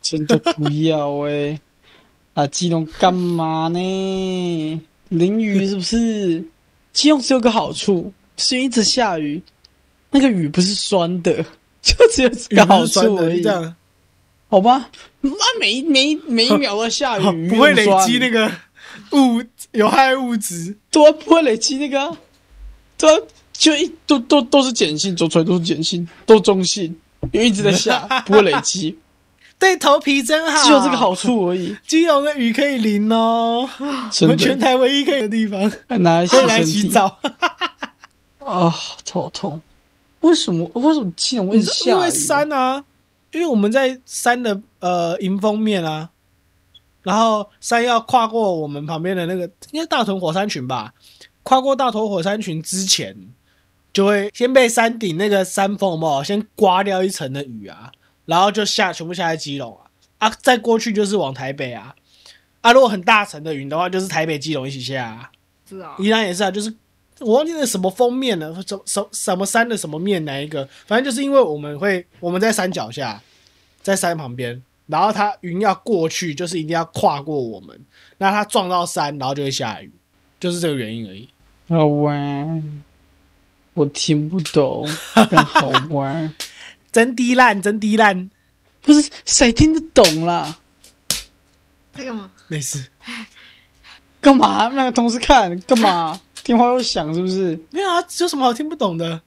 Speaker 2: 真的不要哎、 啊，基隆干嘛呢？淋雨是不是？基隆只有个好处，就是因为一直下雨，那个雨不是酸的， 就只有”这
Speaker 1: 雨
Speaker 2: 个
Speaker 1: 不
Speaker 2: 好
Speaker 1: 是酸
Speaker 2: 处
Speaker 1: 的，
Speaker 2: 而
Speaker 1: 就
Speaker 2: 已
Speaker 1: 这，样
Speaker 2: 好吧？那每一每一每一秒都下雨，
Speaker 1: 好
Speaker 2: 雨
Speaker 1: 哦 不会
Speaker 2: 又
Speaker 1: 累
Speaker 2: 酸
Speaker 1: 积那个物有害物质。
Speaker 2: 对啊，不会累积那个、啊，对啊，就一都都都是碱性，走出来都是碱性，都中性，因为一直在 下，不会累积，
Speaker 1: 对头皮真好，
Speaker 2: 只有这个好。处而已，
Speaker 1: 基隆的雨可以淋哦， 我
Speaker 2: 真
Speaker 1: 们全
Speaker 2: 的。
Speaker 1: 台唯一可以的地方，
Speaker 2: 拿来洗
Speaker 1: 可以来
Speaker 2: 身体
Speaker 1: 洗澡。
Speaker 2: 啊，头痛！为什么？为什么基隆会下雨？
Speaker 1: 因为山啊，因为我们在山的呃迎风面啊，然后山要跨过我们旁边的那个应该大屯火山群吧，跨过大屯火山群之前，就会先被山顶那个山峰嘛先刮掉一层的雨啊，然后就下全部下在基隆啊啊，再过去就是往台北啊啊，如果很大层的云的话，就是台北基隆一起下、啊。
Speaker 3: 知道，
Speaker 1: 宜兰也是啊，就是我忘记那什么封面了，什什什么山的什么面哪一个，反正就是因为我们会我们在山脚下，在山旁边，然后它云要过去，就是一定要跨过我们，那它撞到山，然后就会下雨，就是这个原因而已。
Speaker 2: 好玩，我听不懂，但好玩，
Speaker 1: 真滴烂，真滴烂，
Speaker 2: 不是谁听得懂啦？
Speaker 3: 这个吗？
Speaker 1: 没事，
Speaker 2: 干嘛？那个同事看干嘛？电话又响，是不是？
Speaker 1: 没有啊，有什么好听不懂的？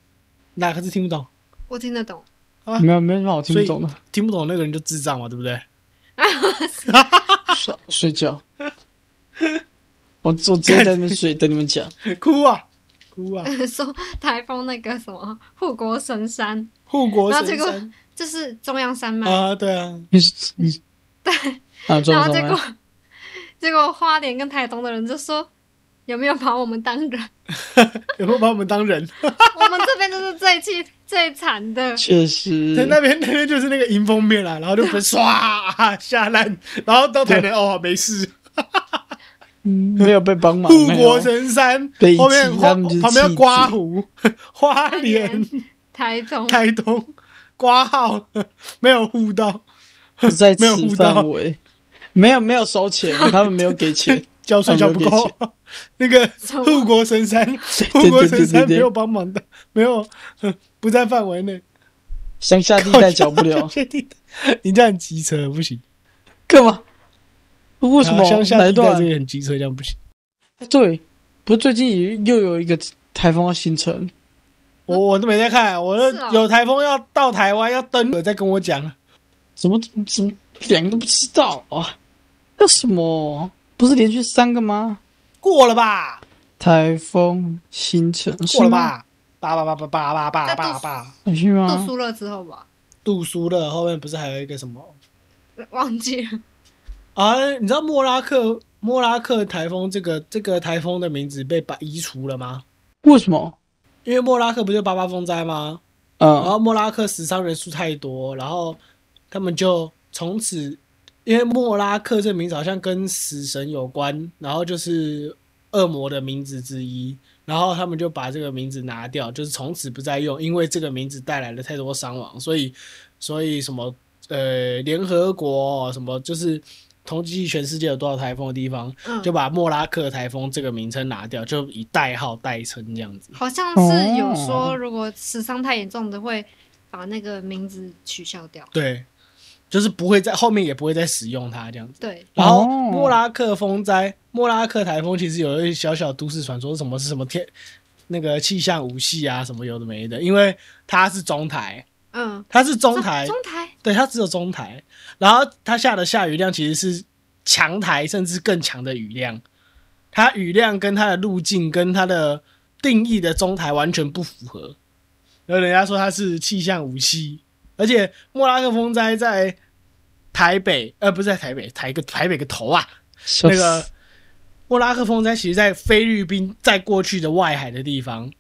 Speaker 1: 哪个是听不懂？
Speaker 3: 我听得懂，
Speaker 1: 啊
Speaker 2: 没有，没什么好听不 懂的。啊
Speaker 1: 听不懂那个人就智障嘛，对不对？
Speaker 2: 睡睡觉。我我直接在那边睡，等你 们讲。
Speaker 1: 哭啊，哭啊，
Speaker 3: 说台风那个什么护国神山，
Speaker 1: 护国
Speaker 3: 然后
Speaker 1: 神
Speaker 3: 结果
Speaker 1: 山
Speaker 3: 这是中央山脉，
Speaker 1: 啊，对啊，
Speaker 2: 你是你 对啊，中
Speaker 3: 然
Speaker 2: 中
Speaker 3: 后结
Speaker 2: 中
Speaker 3: 果 结果花莲跟台东的人就说有没有把我们当人？
Speaker 1: 有没有把我们当人？
Speaker 3: 我们这边就是最气最惨的，
Speaker 2: 确实
Speaker 1: 对，那边那边就是那个迎风面啦，然后就被
Speaker 2: 啊
Speaker 1: 唰下烂，然后到台南哦没事，
Speaker 2: 嗯没有被帮忙。
Speaker 1: 护
Speaker 2: 没有
Speaker 1: 国神山
Speaker 2: 北
Speaker 1: 后面
Speaker 2: 极
Speaker 1: 花
Speaker 2: 他们就是
Speaker 1: 旁边
Speaker 2: 气
Speaker 1: 刮
Speaker 2: 质
Speaker 1: 胡、花莲、
Speaker 3: 台东，
Speaker 1: 台东、刮号没有护到，
Speaker 2: 不 在
Speaker 1: 没有
Speaker 2: 此
Speaker 1: 护
Speaker 2: 范
Speaker 1: 到，
Speaker 2: 围，没有没有收 钱，他们没有给 钱，
Speaker 1: 交税交不
Speaker 2: 他们没有
Speaker 1: 够
Speaker 2: 给。
Speaker 1: 那个
Speaker 3: 什么
Speaker 1: 护国神山，护国神山没有帮忙的，没有 呃不在范围内，，
Speaker 2: 乡下地带缴不了
Speaker 1: 确定的。 你这样骑车不行，
Speaker 2: 干嘛？为
Speaker 1: 为
Speaker 2: 什么
Speaker 1: 乡下
Speaker 2: 哪一
Speaker 1: 地带这
Speaker 2: 段？啊
Speaker 1: 个很机车，这样不行。
Speaker 2: 对，不是最近又有一个台风要形成，
Speaker 1: 我我都没在看，我
Speaker 3: 是哦
Speaker 1: 有台风要到台湾要登了，再跟我讲。
Speaker 2: 怎么怎么怎么两个都不知道啊？那什么？不是连续三个吗？
Speaker 1: 过了吧，
Speaker 2: 台风形成
Speaker 1: 过
Speaker 2: 是
Speaker 1: 了
Speaker 2: 吗？
Speaker 1: 吧，八八八八八八八八八，
Speaker 2: 是
Speaker 3: 都
Speaker 2: 吗？
Speaker 3: 输了之后吧，
Speaker 1: 杜苏勒后面不是还有一个什么
Speaker 3: 忘记了，
Speaker 1: 啊？你知道莫拉克莫拉克台风这个这个台风的名字被把移除了吗？
Speaker 2: 为什么？
Speaker 1: 因为莫拉克不就八八风灾吗？然
Speaker 2: 嗯，
Speaker 1: 后莫拉克死伤人数太多，然后他们就从此，因为莫拉克这名字好像跟死神有关，然后就是恶魔的名字之一，然后他们就把这个名字拿掉，就是从此不再用，因为这个名字带来了太哦多伤亡，所以所以什么呃联合国什么就是。统计全世界有多少台风的地方，
Speaker 3: 嗯，
Speaker 1: 就把莫拉克台风这个名称拿掉，就以代号代称这样子。
Speaker 3: 好像是有说，如果死伤太严重的，会把那个名字取消掉。
Speaker 1: 对，就是不会在后面也不会再使用它这样子。
Speaker 3: 对，
Speaker 1: 然后
Speaker 2: 哦
Speaker 1: 莫拉克风灾、莫拉克台风，其实有一小小都市传说，什么是什么天那个气象武系啊，什么有的没的，因为它是中台，
Speaker 3: 嗯，
Speaker 1: 它是中台，
Speaker 3: 中台，
Speaker 1: 对，它只有中台，然后它下的下雨量其实是强台甚至更强的雨量，它雨量跟它的路径跟它的定义的中台完全不符合，然后人家说它是气象武器，而且莫拉克风灾在台北，呃，不是在台北，台个台北个头啊，
Speaker 2: 笑
Speaker 1: 那
Speaker 2: 死
Speaker 1: 个莫拉克风灾其实在菲律宾在过去的外海的地方，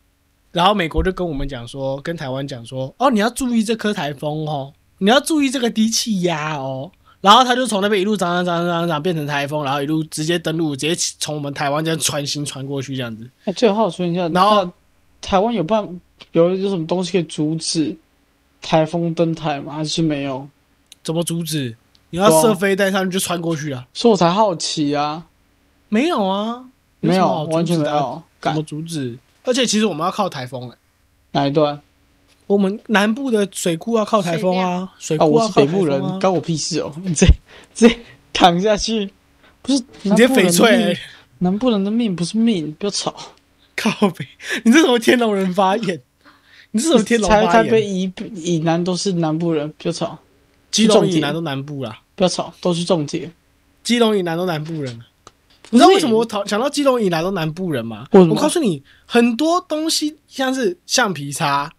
Speaker 1: 然后美国就跟我们讲说，跟台湾讲说，哦，你要注意这颗台风哦，你要注意这个低气压哦。然后他就从那边一路涨涨涨涨涨变成台风，然后一路直接登陆，直接从我们台湾这样穿行穿过去这样子。
Speaker 2: 哎，最后说一下，
Speaker 1: 然后
Speaker 2: 那台湾有办有有什么东西可以阻止台风登台吗？还是没有？
Speaker 1: 怎么阻止？你要射飞弹上去就穿过去啊？
Speaker 2: 所以我才好奇啊，
Speaker 1: 没有啊，
Speaker 2: 没
Speaker 1: 什
Speaker 2: 有
Speaker 1: 么好，阻止的
Speaker 2: 完全没，有。
Speaker 1: 怎
Speaker 2: 干
Speaker 1: 么阻止？而且其实我们要靠台风、欸
Speaker 2: 哪一段？
Speaker 1: 我们南部的水库要靠台风啊，水
Speaker 2: 啊，
Speaker 1: 库
Speaker 2: 我
Speaker 1: 要
Speaker 2: 是
Speaker 1: 靠
Speaker 2: 北
Speaker 1: 台
Speaker 2: 部
Speaker 1: 风
Speaker 2: 人
Speaker 1: 啊，。
Speaker 2: 关我屁事哦！ 你这这躺下去，不是
Speaker 1: 你这
Speaker 2: 南部
Speaker 1: 翡
Speaker 2: 人的
Speaker 1: 翠
Speaker 2: 命
Speaker 1: 欸、
Speaker 2: 南部人的命不是命，不要吵。
Speaker 1: 靠北，你这什么天龙人发言？你这什么天龙
Speaker 2: 台
Speaker 1: 发
Speaker 2: 台北
Speaker 1: 言？
Speaker 2: 以以南都是南部人，不要吵，
Speaker 1: 基隆以南都南部啦，
Speaker 2: 不要吵，都是重点。
Speaker 1: 基隆以南都南部人啊。你
Speaker 2: 不是
Speaker 1: 知道为什么我讨想到基隆以南都南部人吗？
Speaker 2: 为什么
Speaker 1: 我告诉你，很多东西像是橡皮擦，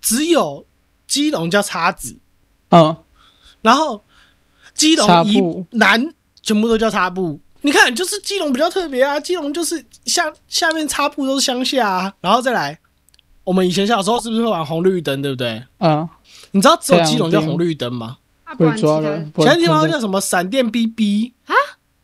Speaker 1: 只有基隆叫叉子，
Speaker 2: 嗯，
Speaker 1: 然后基隆
Speaker 2: 纱
Speaker 1: 以
Speaker 2: 布
Speaker 1: 南全部都叫擦布。你看，就是基隆比较特别啊，基隆就是下下面擦布都是乡下啊，然后再来，我们以前小时候是不是会玩红绿灯，对不对？
Speaker 2: 嗯，
Speaker 1: 你知道只有
Speaker 2: 太阳
Speaker 1: 基隆叫
Speaker 2: 灯
Speaker 1: 红绿灯吗？
Speaker 3: 啊，不
Speaker 2: 被
Speaker 3: 然其
Speaker 2: 抓
Speaker 3: 他
Speaker 2: 了
Speaker 3: 的。
Speaker 2: 不
Speaker 1: 其
Speaker 2: 然
Speaker 1: 他地
Speaker 2: 不
Speaker 1: 方
Speaker 2: 然
Speaker 1: 叫什么闪电 BB 啊？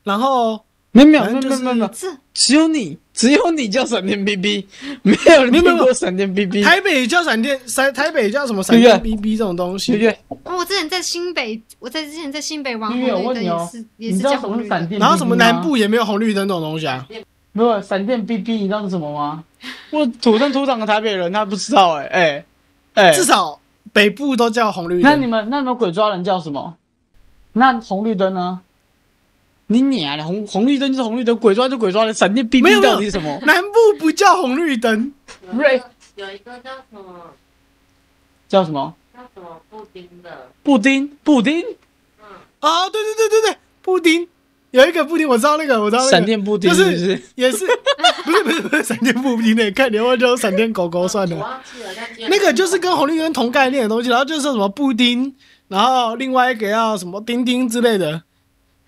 Speaker 1: 然后
Speaker 2: 没有没有
Speaker 1: 反
Speaker 2: 没
Speaker 1: 正就
Speaker 2: 有没有没有没有，
Speaker 3: 这
Speaker 2: 只有你只有你叫闪电 BB，没有人
Speaker 1: 没有没有
Speaker 2: 听过闪电 BB。
Speaker 1: 台北也叫闪电，台台北也叫什么闪
Speaker 2: 绿
Speaker 1: 电
Speaker 2: 月
Speaker 1: BB 这种东西
Speaker 2: 月，月，
Speaker 3: 哦我之前在新北，我在之前在新北玩红
Speaker 2: 因为我
Speaker 3: 绿
Speaker 2: 问
Speaker 3: 灯
Speaker 2: 你
Speaker 3: 也
Speaker 2: 哦
Speaker 3: 是也
Speaker 2: 你
Speaker 3: 是
Speaker 2: 知道
Speaker 3: 叫
Speaker 2: 什么
Speaker 3: 红
Speaker 2: 是
Speaker 3: 绿
Speaker 2: 闪
Speaker 3: 灯，
Speaker 2: 电？
Speaker 1: 然后什么南部也没有红绿灯这种东西啊。
Speaker 2: 没有闪电 BB，你知道是什么吗？ 我土生土长的台北人，他不知道哎哎哎，
Speaker 1: 至少北部都叫红绿
Speaker 2: 那你
Speaker 1: 灯，
Speaker 2: 们那你们鬼抓人叫什么？那红绿灯呢？你娘的红红绿灯就是红绿灯，鬼抓就鬼抓人，闪电 BB
Speaker 1: 没有没有
Speaker 2: 到底是什么？
Speaker 1: 南部不叫红绿灯，
Speaker 4: 有一
Speaker 2: 瑞
Speaker 4: 个有一个叫什么
Speaker 2: 叫什么？
Speaker 4: 叫什么布丁的，
Speaker 2: 布丁布丁，
Speaker 1: 啊，对对对对对，布丁有一个布丁，我知道那个，我知道那个
Speaker 2: 闪电布丁
Speaker 1: 就是
Speaker 2: 不是？
Speaker 1: 也是，不是不是不是闪电布丁的，看你会叫闪电狗狗算
Speaker 4: 我
Speaker 1: 了。
Speaker 4: 忘记了，但
Speaker 1: 那个就是跟红绿灯同概念的东西，然后就是什么布丁，然后另外一个要什么丁丁之类的，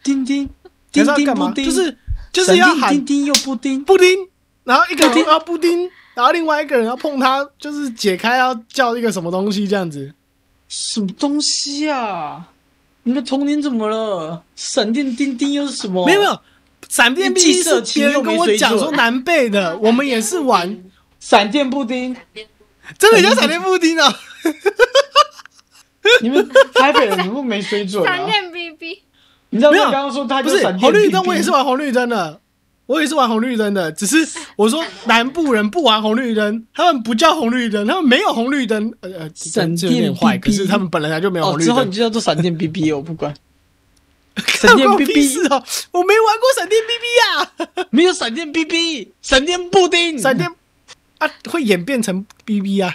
Speaker 2: 丁丁
Speaker 1: 你
Speaker 2: 丁
Speaker 1: 知道
Speaker 2: 丁
Speaker 1: 干
Speaker 2: 布
Speaker 1: 嘛？
Speaker 2: 丁，
Speaker 1: 就是就是要
Speaker 2: 闪电
Speaker 1: 喊
Speaker 2: 丁丁又布丁，
Speaker 1: 布丁，然后一个人
Speaker 2: 布丁
Speaker 1: 要布丁，然后另外一个人要碰它，就是解开要叫一个什么东西这样子。
Speaker 2: 什么东西啊？你的童年怎么了？闪电丁丁又是什么？
Speaker 1: 没有没，有，闪电
Speaker 2: 哦你
Speaker 1: 必
Speaker 2: 既
Speaker 1: 须
Speaker 2: 色
Speaker 1: 是
Speaker 2: 情
Speaker 1: 别人
Speaker 2: 又
Speaker 1: 跟
Speaker 2: 没
Speaker 1: 我
Speaker 2: 水
Speaker 1: 讲
Speaker 2: 准
Speaker 1: 说南贝的，我们也是玩，
Speaker 2: 闪电布丁，
Speaker 1: 真的叫闪电布丁啊。
Speaker 2: 你们台北人怎么没水 准
Speaker 3: 闪
Speaker 2: 啊？
Speaker 3: 电 BB，
Speaker 2: 你知道
Speaker 1: 没有
Speaker 2: 他刚刚说他
Speaker 1: 不
Speaker 2: 就是闪电
Speaker 1: 红绿灯，
Speaker 2: 丁丁
Speaker 1: 我也是玩红绿灯的，我也是玩红绿灯的。只是我说南部人不玩红绿灯，他们不叫红绿灯，他们没有红绿灯。呃呃，
Speaker 2: 闪
Speaker 1: 这有点
Speaker 2: 电
Speaker 1: 坏，
Speaker 2: BB
Speaker 1: 可是他们本来就没有
Speaker 2: 哦，
Speaker 1: 红绿
Speaker 2: 之后你
Speaker 1: 灯。
Speaker 2: 就叫做闪电 BB，我不管。
Speaker 1: 干
Speaker 2: 闪
Speaker 1: 我
Speaker 2: 电
Speaker 1: 屁事
Speaker 2: BB
Speaker 1: 哦！我没玩过闪电 BB 呀、
Speaker 2: 没有闪电 BB，闪电布丁，
Speaker 1: 闪电啊会演变成 BB 啊，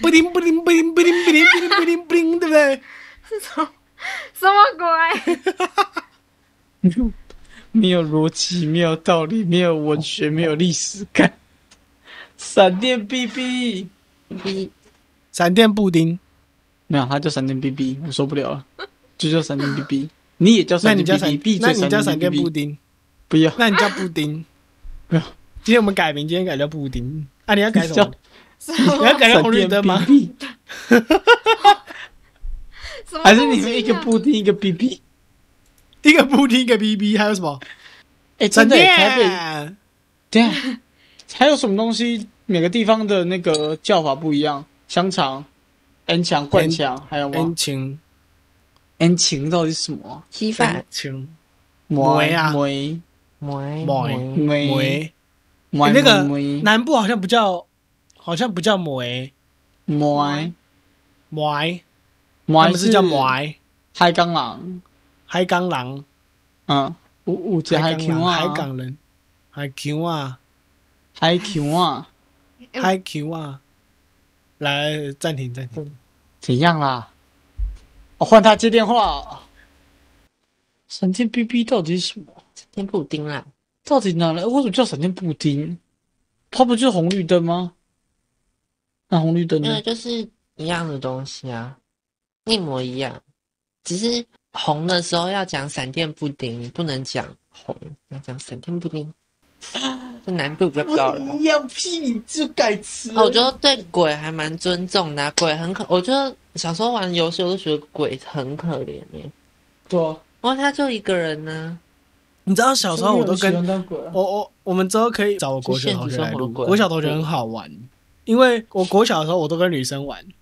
Speaker 1: 不灵不灵不灵不灵不灵不灵不灵不灵，对不对？
Speaker 3: 什么鬼？
Speaker 2: 没有逻辑，没有道理，没有文学，没有历史感。 闪电 BB，
Speaker 1: 闪电布丁，
Speaker 2: 没有，他叫闪电 BB，我受不了了，就叫闪电 BB。你也叫
Speaker 1: 那
Speaker 2: 闪
Speaker 1: 你
Speaker 2: 电
Speaker 1: 叫闪
Speaker 2: BB，闭，
Speaker 1: 那
Speaker 2: 嘴！
Speaker 1: 你叫闪电布
Speaker 2: 布，
Speaker 1: 丁，
Speaker 2: 不要，
Speaker 1: 那你叫布丁。
Speaker 2: 不要，
Speaker 1: 今天我们改名，今天改叫布丁。啊，你要改什
Speaker 2: 叫
Speaker 1: 么？你要改成
Speaker 2: 闪
Speaker 1: 红绿
Speaker 2: 电
Speaker 1: 灯吗？
Speaker 2: BB，
Speaker 3: 什么东西啊
Speaker 2: 还是你们一个布丁一个 BB？
Speaker 1: 一个布丁，一个 BB，还有什么？
Speaker 2: 哎，
Speaker 1: 闪
Speaker 2: 真的，
Speaker 1: 电哎
Speaker 2: 台北对啊，还有什么东西？每个地方的那个叫法不一样，香肠、N 哦强、灌肠，还有吗
Speaker 1: 恩情，
Speaker 2: ？N 情到底是什么啊？
Speaker 4: 稀
Speaker 1: 恩情，
Speaker 2: 摩
Speaker 1: 梅啊
Speaker 2: 梅哎
Speaker 4: 梅
Speaker 1: 梅
Speaker 4: 梅
Speaker 2: 梅
Speaker 1: 梅，
Speaker 2: 摩
Speaker 1: 哎那个
Speaker 2: 梅
Speaker 1: 南部好像不叫，好像不叫梅
Speaker 2: 摩
Speaker 1: 梅，他
Speaker 2: 摩
Speaker 1: 们是叫啊梅
Speaker 2: 海港狼，
Speaker 1: 海港狼，
Speaker 2: 嗯，有有一个
Speaker 1: 海
Speaker 2: 海强
Speaker 1: 港狼，海
Speaker 2: 啊，
Speaker 1: 港人，海强啊，
Speaker 2: 海强啊，
Speaker 3: 哎
Speaker 1: 海强啊，来暂停暂停，
Speaker 2: 怎样啦？我、换他接电话哦，闪电 BB 到底是什么？
Speaker 4: 天布丁啊啦，
Speaker 2: 到底哪来？为什么叫闪电布丁？它不就是红绿灯吗？那、红绿灯
Speaker 4: 因为
Speaker 2: 呢？
Speaker 4: 就是一样的东西啊，一模一样，只是红的时候要讲闪电布丁，不能讲红，要讲闪电布丁。这难度比较高了。
Speaker 2: 样嗯屁，就改词
Speaker 4: 哦我觉得对鬼还蛮尊重的啊、鬼很可，我觉得小时候玩游戏我都觉得鬼很可怜耶、
Speaker 2: 对啊，
Speaker 4: 哇，他就一个人呢、
Speaker 1: 你知道小时候我都跟
Speaker 2: 我
Speaker 1: 我我我们之后可以找我国小同学来录，国小同学很好玩，因为我国小的时候我都跟女生玩，
Speaker 2: 你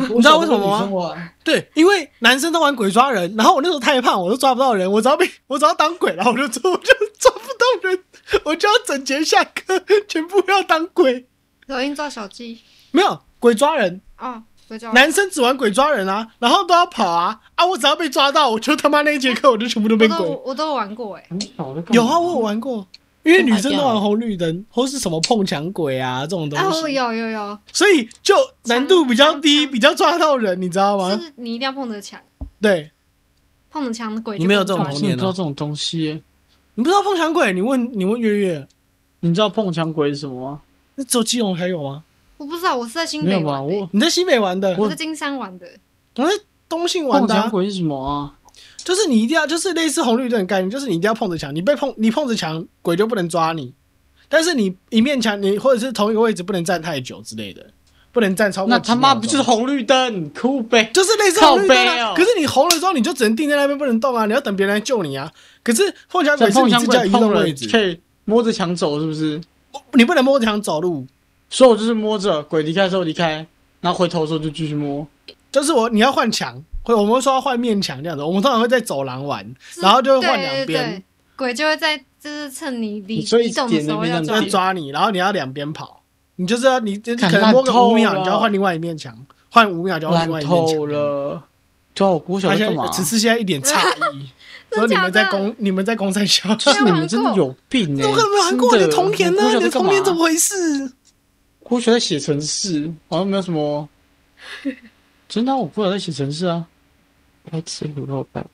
Speaker 2: 啊
Speaker 1: 知道为什么
Speaker 2: 吗？
Speaker 1: 对，因为男生都玩鬼抓人，然后我那时候太胖，我都抓不到人，我只要被我只要当鬼，然后我就抓我就抓不到人，我就要整节下课全部要当鬼，
Speaker 3: 抖音抓小鸡
Speaker 1: 没有鬼抓人，
Speaker 3: 哦，不叫
Speaker 1: 男生只玩鬼抓人啊，然后都要跑啊啊，我只要被抓到，我就他妈那一节课我就全部都
Speaker 3: 我
Speaker 1: 变
Speaker 3: 都
Speaker 1: 鬼，
Speaker 3: 我都有玩过哎、
Speaker 4: 你小的干嘛
Speaker 1: 有啊，我有玩过。因为女生都玩红绿灯，或是什么碰墙鬼啊这种东
Speaker 3: 啊，
Speaker 1: 西。
Speaker 3: 我有有有，
Speaker 1: 所以就难度比较低，比较抓到人，你知道吗？
Speaker 3: 是你一定要碰着墙，
Speaker 1: 对，
Speaker 3: 碰着墙的鬼就
Speaker 1: 你没有这种
Speaker 3: 不能
Speaker 1: 童
Speaker 3: 抓
Speaker 2: 我
Speaker 1: 年啊
Speaker 2: 怎么知道这种东西耶？
Speaker 1: 你不知道碰墙鬼，你问你问月月，
Speaker 2: 你知道碰墙鬼是什么吗？
Speaker 1: 那只有基隆才有吗？
Speaker 3: 我不知道，我是在新
Speaker 2: 没有
Speaker 3: 北
Speaker 2: 吧？
Speaker 3: 玩的、
Speaker 2: 我
Speaker 1: 你在西北玩的，
Speaker 3: 我
Speaker 1: 我
Speaker 3: 在金山玩的，
Speaker 1: 在东信玩
Speaker 2: 碰
Speaker 1: 的啊、
Speaker 2: 墙鬼是什么啊？
Speaker 1: 就是你一定要，就是类似红绿灯的概念，就是你一定要碰着墙，你被碰，你碰着墙，鬼就不能抓你。但是你一面墙，你或者是同一个位置不能站太久之类的，不能站超过。
Speaker 2: 那他妈不就是？红绿灯？酷呗！
Speaker 1: 就是类似红绿灯、
Speaker 2: 靠背
Speaker 1: 啊
Speaker 2: 哦
Speaker 1: 可是你红了之后，你就只能定在那边不能动啊，你要等别人来救你啊。可是碰墙鬼是
Speaker 2: 碰
Speaker 1: 你
Speaker 2: 墙
Speaker 1: 自己要
Speaker 2: 鬼
Speaker 1: 移
Speaker 2: 碰
Speaker 1: 动
Speaker 2: 了
Speaker 1: 位置，
Speaker 2: 可以摸着墙走，是不是？
Speaker 1: 你不能摸着墙走路，
Speaker 2: 所以我就是摸着鬼离开的时候离开，然后回头的时候就继续摸。
Speaker 1: 就是我你要换墙，会我们会说要换面墙这样子，我们通常会在走廊玩，
Speaker 3: 就是
Speaker 1: 然后就会换
Speaker 3: 对
Speaker 1: 两
Speaker 3: 对对
Speaker 1: 边，
Speaker 3: 鬼就会在就是趁你离
Speaker 2: 所以
Speaker 3: 移动的时候
Speaker 2: 点那
Speaker 3: 要
Speaker 1: 要
Speaker 2: 边
Speaker 3: 抓
Speaker 2: 让
Speaker 3: 你，
Speaker 1: 抓你，然后你要两边跑，你就是要你你
Speaker 2: 看
Speaker 1: 可能摸个
Speaker 2: 烂透
Speaker 1: 五秒，你就要
Speaker 2: 了
Speaker 1: 换另外一面墙，换五秒就要换另
Speaker 2: 烂
Speaker 1: 外一面
Speaker 2: 透
Speaker 1: 墙。
Speaker 2: 了。对啊，我国小
Speaker 1: 他
Speaker 2: 在
Speaker 1: 现
Speaker 2: 干
Speaker 1: 在
Speaker 2: 嘛？
Speaker 1: 只是现在一 点诧异，说
Speaker 3: 真
Speaker 1: 你
Speaker 3: 假
Speaker 1: 们在
Speaker 3: 的
Speaker 1: 公你们在公山小，
Speaker 2: 就
Speaker 1: 我
Speaker 2: 是你们真的有病哎、欸！
Speaker 1: 怎么可能没有玩过你
Speaker 2: 真
Speaker 1: 的童年呢
Speaker 2: 我？国小
Speaker 1: 啊你的
Speaker 2: 在干
Speaker 1: 童
Speaker 2: 嘛啊
Speaker 1: 年怎么回事？
Speaker 2: 国小在写程式，好像没有什么。真的啊、我国小在写程式啊。
Speaker 4: 爱吃卤肉饭，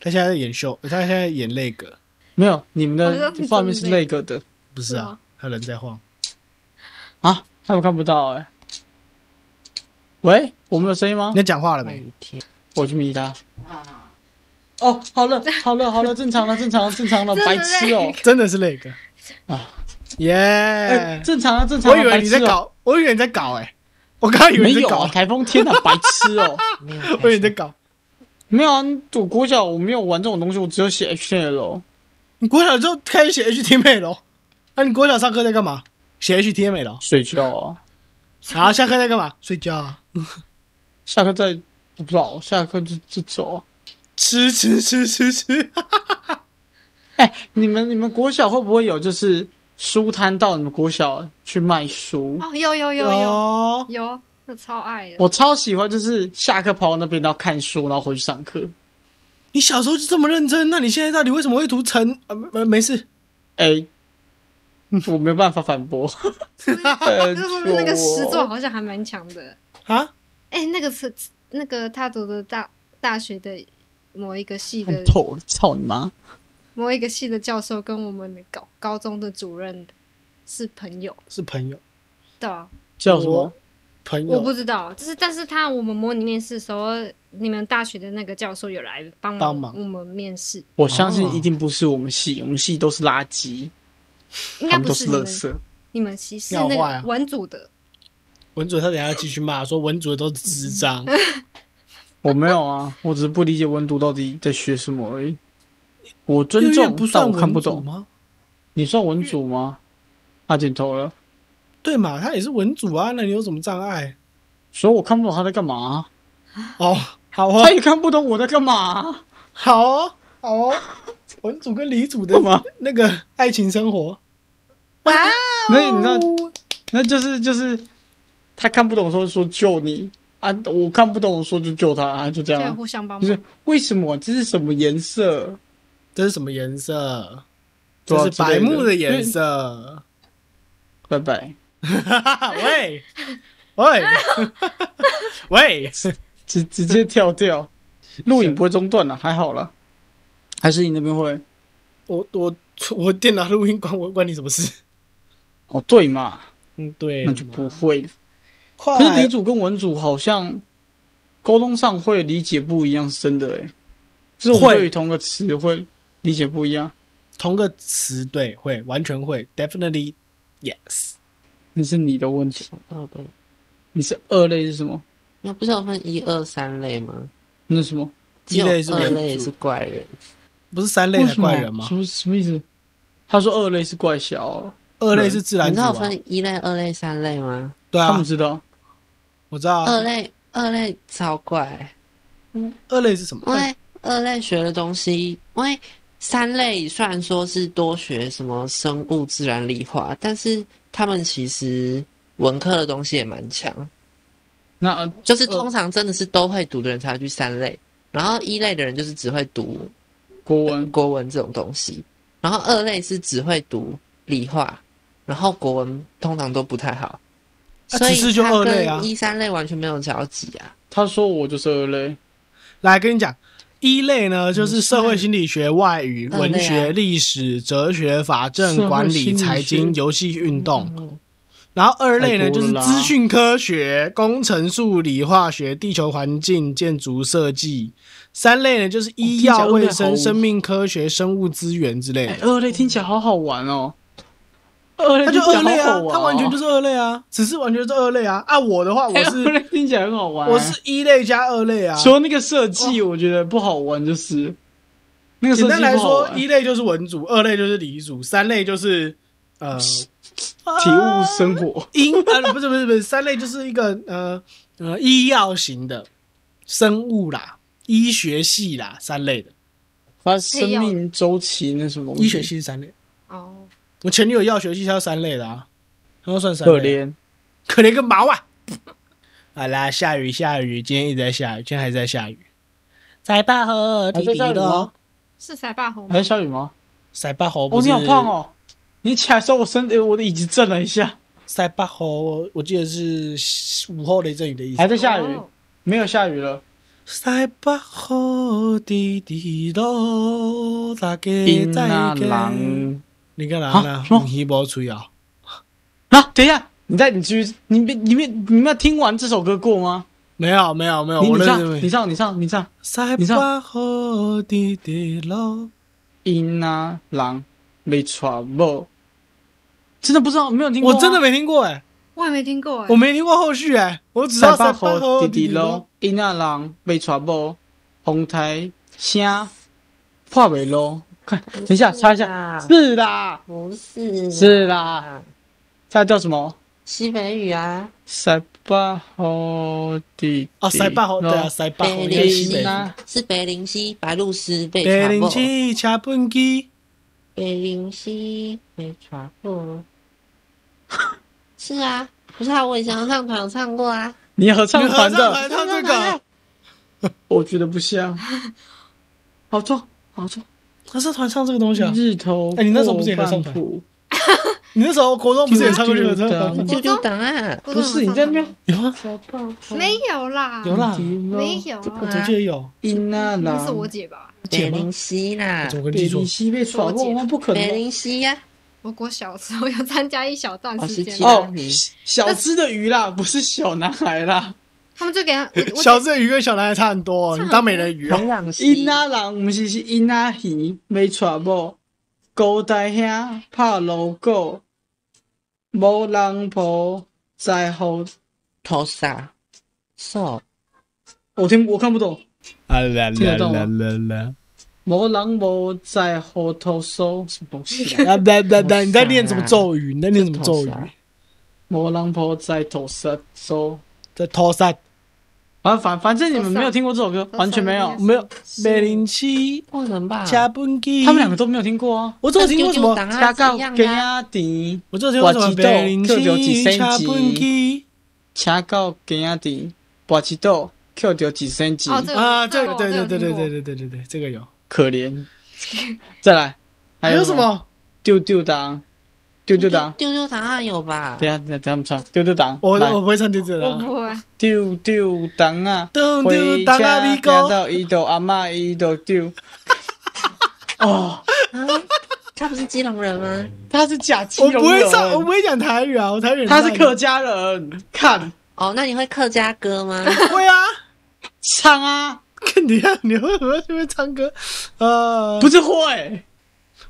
Speaker 1: 他现在在演秀，他现在演那个，
Speaker 2: 没有，你们
Speaker 3: 我知道
Speaker 2: 的
Speaker 3: 你
Speaker 2: 画面是
Speaker 3: 说的那
Speaker 2: 那个的
Speaker 1: 不是
Speaker 3: 是
Speaker 1: 啊
Speaker 3: 吗，
Speaker 1: 他人在晃。
Speaker 2: 啊，他们看不到哎、喂，我们有声音吗
Speaker 1: 你？在讲话了
Speaker 4: 每
Speaker 2: 哦
Speaker 1: 没？
Speaker 4: 一天
Speaker 2: 我去迷他。哦，好了，好了，好了，正常了，正常了，正常了，
Speaker 3: 真的
Speaker 2: 白痴哦、
Speaker 1: 真的是那个
Speaker 2: 啊，
Speaker 1: 耶！
Speaker 2: 哎、 正常了，正常
Speaker 1: 我
Speaker 2: 了，
Speaker 1: 以为
Speaker 2: 白
Speaker 1: 你在
Speaker 2: 痴哦、
Speaker 1: 搞，我以为你在搞、哎，我刚刚以为
Speaker 2: 没
Speaker 1: 你在
Speaker 2: 有
Speaker 1: 搞，
Speaker 2: 啊，台风天啊，白痴哦、
Speaker 4: 没有
Speaker 1: 我以为你在
Speaker 4: 开始
Speaker 1: 搞。
Speaker 2: 没有啊，我国小我没有玩这种东西，我只有写 HTML。
Speaker 1: 你国小就开始写 HTML 了，那、你国小上课在干嘛？写 HTML 了，
Speaker 2: 睡觉啊，
Speaker 1: 然后下课在干嘛？ 睡觉啊，
Speaker 2: 下课再我不知道，下课就就走啊。
Speaker 1: 吃吃吃吃吃。
Speaker 2: 哎、你们你们国小会不会有就是书摊到你们国小去卖书？
Speaker 3: 哦，有有有有
Speaker 1: 哦，
Speaker 3: 有，那超爱的。
Speaker 2: 我超喜欢，就是下课跑到那边，然后看书，然后回去上课。
Speaker 1: 你小时候就这么认真，那你现在到底为什么会读成？呃，没没没事，
Speaker 2: 哎、我没有办法反驳。 哎
Speaker 3: 就是就是
Speaker 1: 哦
Speaker 3: 那个
Speaker 2: 作
Speaker 3: 诗作好像还蛮强的。
Speaker 1: 啊？
Speaker 3: 哎、那个是那个他读的大大学的某一个系的
Speaker 2: 看透了，操你妈！
Speaker 3: 某一个系的教授跟我们的高高中的主任是朋友
Speaker 1: 是朋友，
Speaker 3: 的、对啊
Speaker 2: 叫什么
Speaker 1: 我？朋
Speaker 3: 我不
Speaker 1: 友
Speaker 3: 知道，就是但是他我们模拟面试的时候，你们大学的那个教授有来帮
Speaker 1: 帮忙
Speaker 3: 忙我们面试，
Speaker 2: 我相信一定不是我们系，我们系都是垃圾，
Speaker 3: 应
Speaker 2: 他
Speaker 3: 该
Speaker 2: 们
Speaker 3: 不
Speaker 2: 都
Speaker 3: 是你
Speaker 2: 垃
Speaker 3: 们
Speaker 2: 圾。
Speaker 3: 你们系是
Speaker 1: 要
Speaker 3: 那
Speaker 1: 坏啊
Speaker 3: 个文组的，
Speaker 1: 文主，他等一下继续骂说文主都是智 障。
Speaker 2: 我没有啊，我只是不理解文读到底在学什么而已。我尊
Speaker 1: 月
Speaker 2: 重
Speaker 1: 月，不
Speaker 2: 但
Speaker 1: 算
Speaker 2: 我看不
Speaker 1: 文主
Speaker 2: 懂。
Speaker 1: 吗？嗯
Speaker 2: 你算文组吗？他点头了，
Speaker 1: 对嘛，他也是文主啊，那你有什么障 碍？
Speaker 2: 所以我看
Speaker 1: 啊
Speaker 2: 不懂他在干嘛，
Speaker 1: 哦，好哦
Speaker 2: 他，也看不懂我在干嘛。
Speaker 1: 好哦，好哦， 文组跟李 组的
Speaker 2: 干嘛
Speaker 1: 那个爱情生活，
Speaker 3: 哇，
Speaker 2: 那你知道，那就是就是他看不懂说说救你啊，我看不懂说就救他啊，就这
Speaker 3: 就
Speaker 2: 样，
Speaker 3: 互相帮
Speaker 2: 就
Speaker 3: 忙
Speaker 2: 是。为什么这是什么颜色？
Speaker 1: 这是什么颜色？
Speaker 2: 对
Speaker 1: 这
Speaker 2: 啊
Speaker 1: 是白木
Speaker 2: 之
Speaker 1: 的
Speaker 2: 类的
Speaker 1: 颜色。
Speaker 2: 拜拜，
Speaker 1: 喂， 喂，喂，
Speaker 2: 直直接 跳掉，录影不会中断了，还好了，还是你那边会？
Speaker 1: 我我我电脑录音关我关你什么事？
Speaker 2: 哦，对嘛，
Speaker 1: 嗯，对，
Speaker 2: 那就不会。
Speaker 1: 快
Speaker 2: 可是李主跟文主好像沟通上会理解不一样，是真的诶、就是我们
Speaker 1: 会
Speaker 2: 对于同个词会理解不一样。
Speaker 1: 同个词对会完全会，definitely yes。
Speaker 2: 那是你的问题，
Speaker 4: 二类，
Speaker 2: 你是二类是什么？
Speaker 4: 哦那不是有分一二三类吗？
Speaker 2: 那是什么？
Speaker 4: 只有
Speaker 1: 一类是
Speaker 4: 二
Speaker 1: 人
Speaker 4: 类
Speaker 1: 族
Speaker 4: 是怪人，
Speaker 1: 不是三类
Speaker 2: 为
Speaker 1: 的
Speaker 2: 什么
Speaker 1: 怪人吗
Speaker 2: 什？么什么意思？他说二类是怪小、
Speaker 1: 二类是自
Speaker 4: 你
Speaker 1: 然
Speaker 4: 知
Speaker 1: 组、
Speaker 4: 道
Speaker 1: 啊
Speaker 4: 有，分一类、二类、三类吗？
Speaker 1: 对
Speaker 2: 他
Speaker 1: 啊
Speaker 2: 们，知呃道。
Speaker 1: 我知道啊。
Speaker 4: 二类二类超怪，
Speaker 1: 二类是什么？
Speaker 4: 因为二类学的东西，因为三类虽然说是多学什么生物、自然、理化，但是他们其实文科的东西也蛮强，
Speaker 2: 那呃
Speaker 4: 就是通常真的是都会读的人才会去三类，然后一类的人就是只会读
Speaker 2: 国文
Speaker 4: 国文这种东西，然后二类是只会读理化，然后国文通常都不太好，
Speaker 1: 啊
Speaker 4: 所以
Speaker 1: 只是就
Speaker 4: 它
Speaker 1: 二类啊
Speaker 4: 跟一三类完全没有交集啊。
Speaker 2: 他说我就是二类，
Speaker 1: 来跟你讲，一类呢就是
Speaker 2: 嗯
Speaker 1: 社会心理学、外语、
Speaker 4: 嗯
Speaker 1: 文
Speaker 4: 对
Speaker 1: 学、
Speaker 4: 啊
Speaker 1: 历史、哲学、法政、管
Speaker 2: 社会
Speaker 1: 理、
Speaker 2: 心理学
Speaker 1: 财经、游戏、运动。
Speaker 4: 嗯
Speaker 1: 然后二类呢
Speaker 2: 太多
Speaker 1: 就是
Speaker 2: 了啦
Speaker 1: 资讯科学、工程、数理、化学、地球环境、建筑设计。三类呢就是医药、
Speaker 2: 哦听起来二
Speaker 1: 卫
Speaker 2: 类好
Speaker 1: 生、生命科学、生物资源之类
Speaker 2: 哎、
Speaker 1: 的。
Speaker 2: 二类听起来好好玩哦。二类
Speaker 1: 他
Speaker 2: 听
Speaker 1: 就
Speaker 2: 起来
Speaker 1: 二类
Speaker 2: 好
Speaker 1: 啊
Speaker 2: 好玩哦、，
Speaker 1: 他完全就是二类啊，只是完全是二类啊。按我的话，我
Speaker 2: 哎 二
Speaker 1: 是
Speaker 2: 类听起来很好玩。
Speaker 1: 我是一类加二类啊。
Speaker 2: 除了那个设计，我觉得不好玩，就是那个设
Speaker 1: 简单
Speaker 2: 计
Speaker 1: 来
Speaker 2: 不好啊
Speaker 1: 说，
Speaker 2: 玩。
Speaker 1: 一类就是文组，二类就是理组，三类就是呃
Speaker 2: 体悟生活，
Speaker 1: 英呃不是不是不是，三类就是一个呃呃医药型的生物啦，医学系啦，三类的
Speaker 2: 它生命周期那什么东西
Speaker 1: 医学系是三类。
Speaker 3: 哦，
Speaker 1: 我前女友药学系她是三类的啊，她算三类。
Speaker 2: 可怜。
Speaker 1: 可怜个毛啊！好啦，下雨下雨，今天一直在下雨，今天还在下雨。塞巴河，滴滴
Speaker 2: 还在下雨
Speaker 1: 的
Speaker 2: 吗，
Speaker 3: 是塞霸红
Speaker 2: 还在下雨吗？
Speaker 1: 塞巴河。
Speaker 2: 哦，你好胖！哦！你起来的时候，我身，诶哎我的椅子震了一下。
Speaker 1: 塞巴河，我我记得是午后雷阵雨的意思
Speaker 2: 还。在下雨
Speaker 3: 哦，
Speaker 2: 没有下雨了。
Speaker 1: 塞巴河，滴滴落，大家
Speaker 2: 槟
Speaker 1: 再
Speaker 2: 榔
Speaker 1: 见。
Speaker 2: 郎
Speaker 1: 你干嘛呢
Speaker 2: 啊？什么
Speaker 1: 你不吹啊？
Speaker 2: 啊，等一下，你再你继续，你没你没你没有听完这首歌过吗？
Speaker 1: 没有没有没有，
Speaker 2: 你
Speaker 1: 我
Speaker 2: 你
Speaker 1: 认
Speaker 2: 唱，你
Speaker 1: 识。
Speaker 2: 唱，你唱，你唱。
Speaker 1: 塞
Speaker 2: 你
Speaker 1: 巴河，滴滴落。
Speaker 2: 槟榔郎啊没 trouble，真的不知道，没有听过啊。
Speaker 1: 我真的没听过哎、
Speaker 3: 我也没听过哎
Speaker 1: 我。没听过后续哎、我只知道
Speaker 2: 塞
Speaker 1: 塞
Speaker 2: 巴
Speaker 1: 巴
Speaker 2: 河
Speaker 1: 河
Speaker 2: 滴
Speaker 1: 滴
Speaker 2: 滴
Speaker 1: 滴落
Speaker 2: 落。，因那人被传播，红台声破袂落。 看，等一下，查一下，
Speaker 4: 不
Speaker 2: 是啦，
Speaker 3: 啊
Speaker 4: 不是
Speaker 3: 嗯
Speaker 2: 是啦，
Speaker 4: 啊，
Speaker 2: 它叫什么？
Speaker 4: 西北雨啊，
Speaker 2: 塞巴河滴
Speaker 1: 哦，塞巴河对啊，塞巴河
Speaker 4: 北
Speaker 1: 应该
Speaker 4: 林
Speaker 1: 西
Speaker 4: 西
Speaker 1: 北。
Speaker 3: 哎
Speaker 2: 啊
Speaker 4: 是北林西白鹭鸶被
Speaker 1: 白
Speaker 4: 传
Speaker 1: 灵
Speaker 4: 过，
Speaker 1: 机车本机，
Speaker 4: 北林西被传过， 是啊，不是啊，我以前合唱团有唱过啊，
Speaker 2: 你合唱
Speaker 1: 你合
Speaker 2: 团
Speaker 1: 唱
Speaker 2: 的，
Speaker 1: 团唱这个，啊
Speaker 2: 我觉得 不像。好重，好重。
Speaker 1: 合唱团唱这个东西啊？
Speaker 2: 日头，
Speaker 1: 哎你那时候不是也合唱团？你那时候国中不是也唱过这个合唱团吗？
Speaker 4: 啾啾党啊，
Speaker 3: 不
Speaker 2: 不是你在那边
Speaker 1: 有啊，
Speaker 3: 没有啦，
Speaker 1: 有啦，
Speaker 3: 没有啊，
Speaker 1: 我总记得有，
Speaker 2: 因那
Speaker 3: 那是我
Speaker 2: 人
Speaker 3: 姐吧？
Speaker 4: 北林西啦
Speaker 1: 怎，么跟
Speaker 2: 被
Speaker 1: 记错
Speaker 2: 你？西被传播，那不可
Speaker 4: 北
Speaker 2: 能。
Speaker 4: 林啊西呀、
Speaker 3: 我国小时候有参加一小段
Speaker 4: 哦
Speaker 3: 时
Speaker 4: 十
Speaker 3: 间
Speaker 4: 七，
Speaker 2: 哦
Speaker 4: 哦，
Speaker 2: 小只的鱼啦，不是小男孩啦。
Speaker 3: 他们就给他我我
Speaker 1: 小鳜鱼跟小男孩差很多、哦，
Speaker 3: 差很多
Speaker 1: 你当美人鱼、哦。
Speaker 4: 童养
Speaker 2: 因
Speaker 4: 媳，
Speaker 2: 那人毋是是因那鱼没传播，高台兄拍路狗，无人抱在乎。
Speaker 4: 头傻，瘦，
Speaker 2: 我听我看不懂，
Speaker 1: 啊啦
Speaker 2: 听得懂吗
Speaker 1: 啦！
Speaker 2: 无人无在乎投诉什么东西啊？
Speaker 1: 啊啦啦啦！你在念什么咒语？你在念什么咒语？
Speaker 4: 头傻
Speaker 2: 无人抱在头杀手，
Speaker 1: 在偷杀
Speaker 2: 啊，反反正你们没有听过这首歌，
Speaker 3: 少
Speaker 2: 完全没有
Speaker 3: 多，少
Speaker 1: 没有梅林七
Speaker 4: 不能
Speaker 3: 啊
Speaker 4: 吧？
Speaker 1: 加本基，
Speaker 2: 他们两个都没有听过啊。
Speaker 1: 我只有听过什么，
Speaker 4: 跟丢丢档
Speaker 2: 加
Speaker 4: 案
Speaker 2: 告
Speaker 4: 是一样
Speaker 2: 给
Speaker 4: 的啊。
Speaker 2: 阿迪，
Speaker 1: 我只有听过什么梅林七加本基
Speaker 2: 加告给阿迪，拔起豆扣掉几升级，
Speaker 3: 哦，这个
Speaker 1: 啊，这
Speaker 3: 个
Speaker 1: 个
Speaker 3: 我
Speaker 1: 对对对
Speaker 3: 这
Speaker 1: 对
Speaker 3: 个我有听过
Speaker 1: 对对对对对，这个有。
Speaker 2: 可 怜。再来，
Speaker 1: 还有什么？
Speaker 2: 丢丢档，丢丢档。
Speaker 4: 丢丢档案有吧？
Speaker 2: 等一下等一下等他们唱丢丢档，
Speaker 1: 我
Speaker 2: 来
Speaker 1: 我不会唱这个
Speaker 3: 我
Speaker 1: 了。
Speaker 3: 不会，
Speaker 2: 丢丢档啊。
Speaker 1: 丢
Speaker 2: 回
Speaker 1: 丢当阿
Speaker 2: 家
Speaker 1: 米
Speaker 2: 听
Speaker 1: 哥，
Speaker 2: 到伊豆阿妈伊豆丢。哦，
Speaker 4: 啊，他不是基隆人吗？
Speaker 1: 嗯
Speaker 2: 他是假基
Speaker 1: 我
Speaker 2: 隆
Speaker 1: 不会
Speaker 2: 人
Speaker 1: 唱，我不会讲台语啊，我台语很
Speaker 2: 他
Speaker 1: 烂
Speaker 2: 是客家人，看
Speaker 4: 哦，那你会客家歌 吗？
Speaker 1: 会啊。
Speaker 2: 唱啊，
Speaker 1: 看你看你为什么这边唱歌？呃，
Speaker 2: 不是会，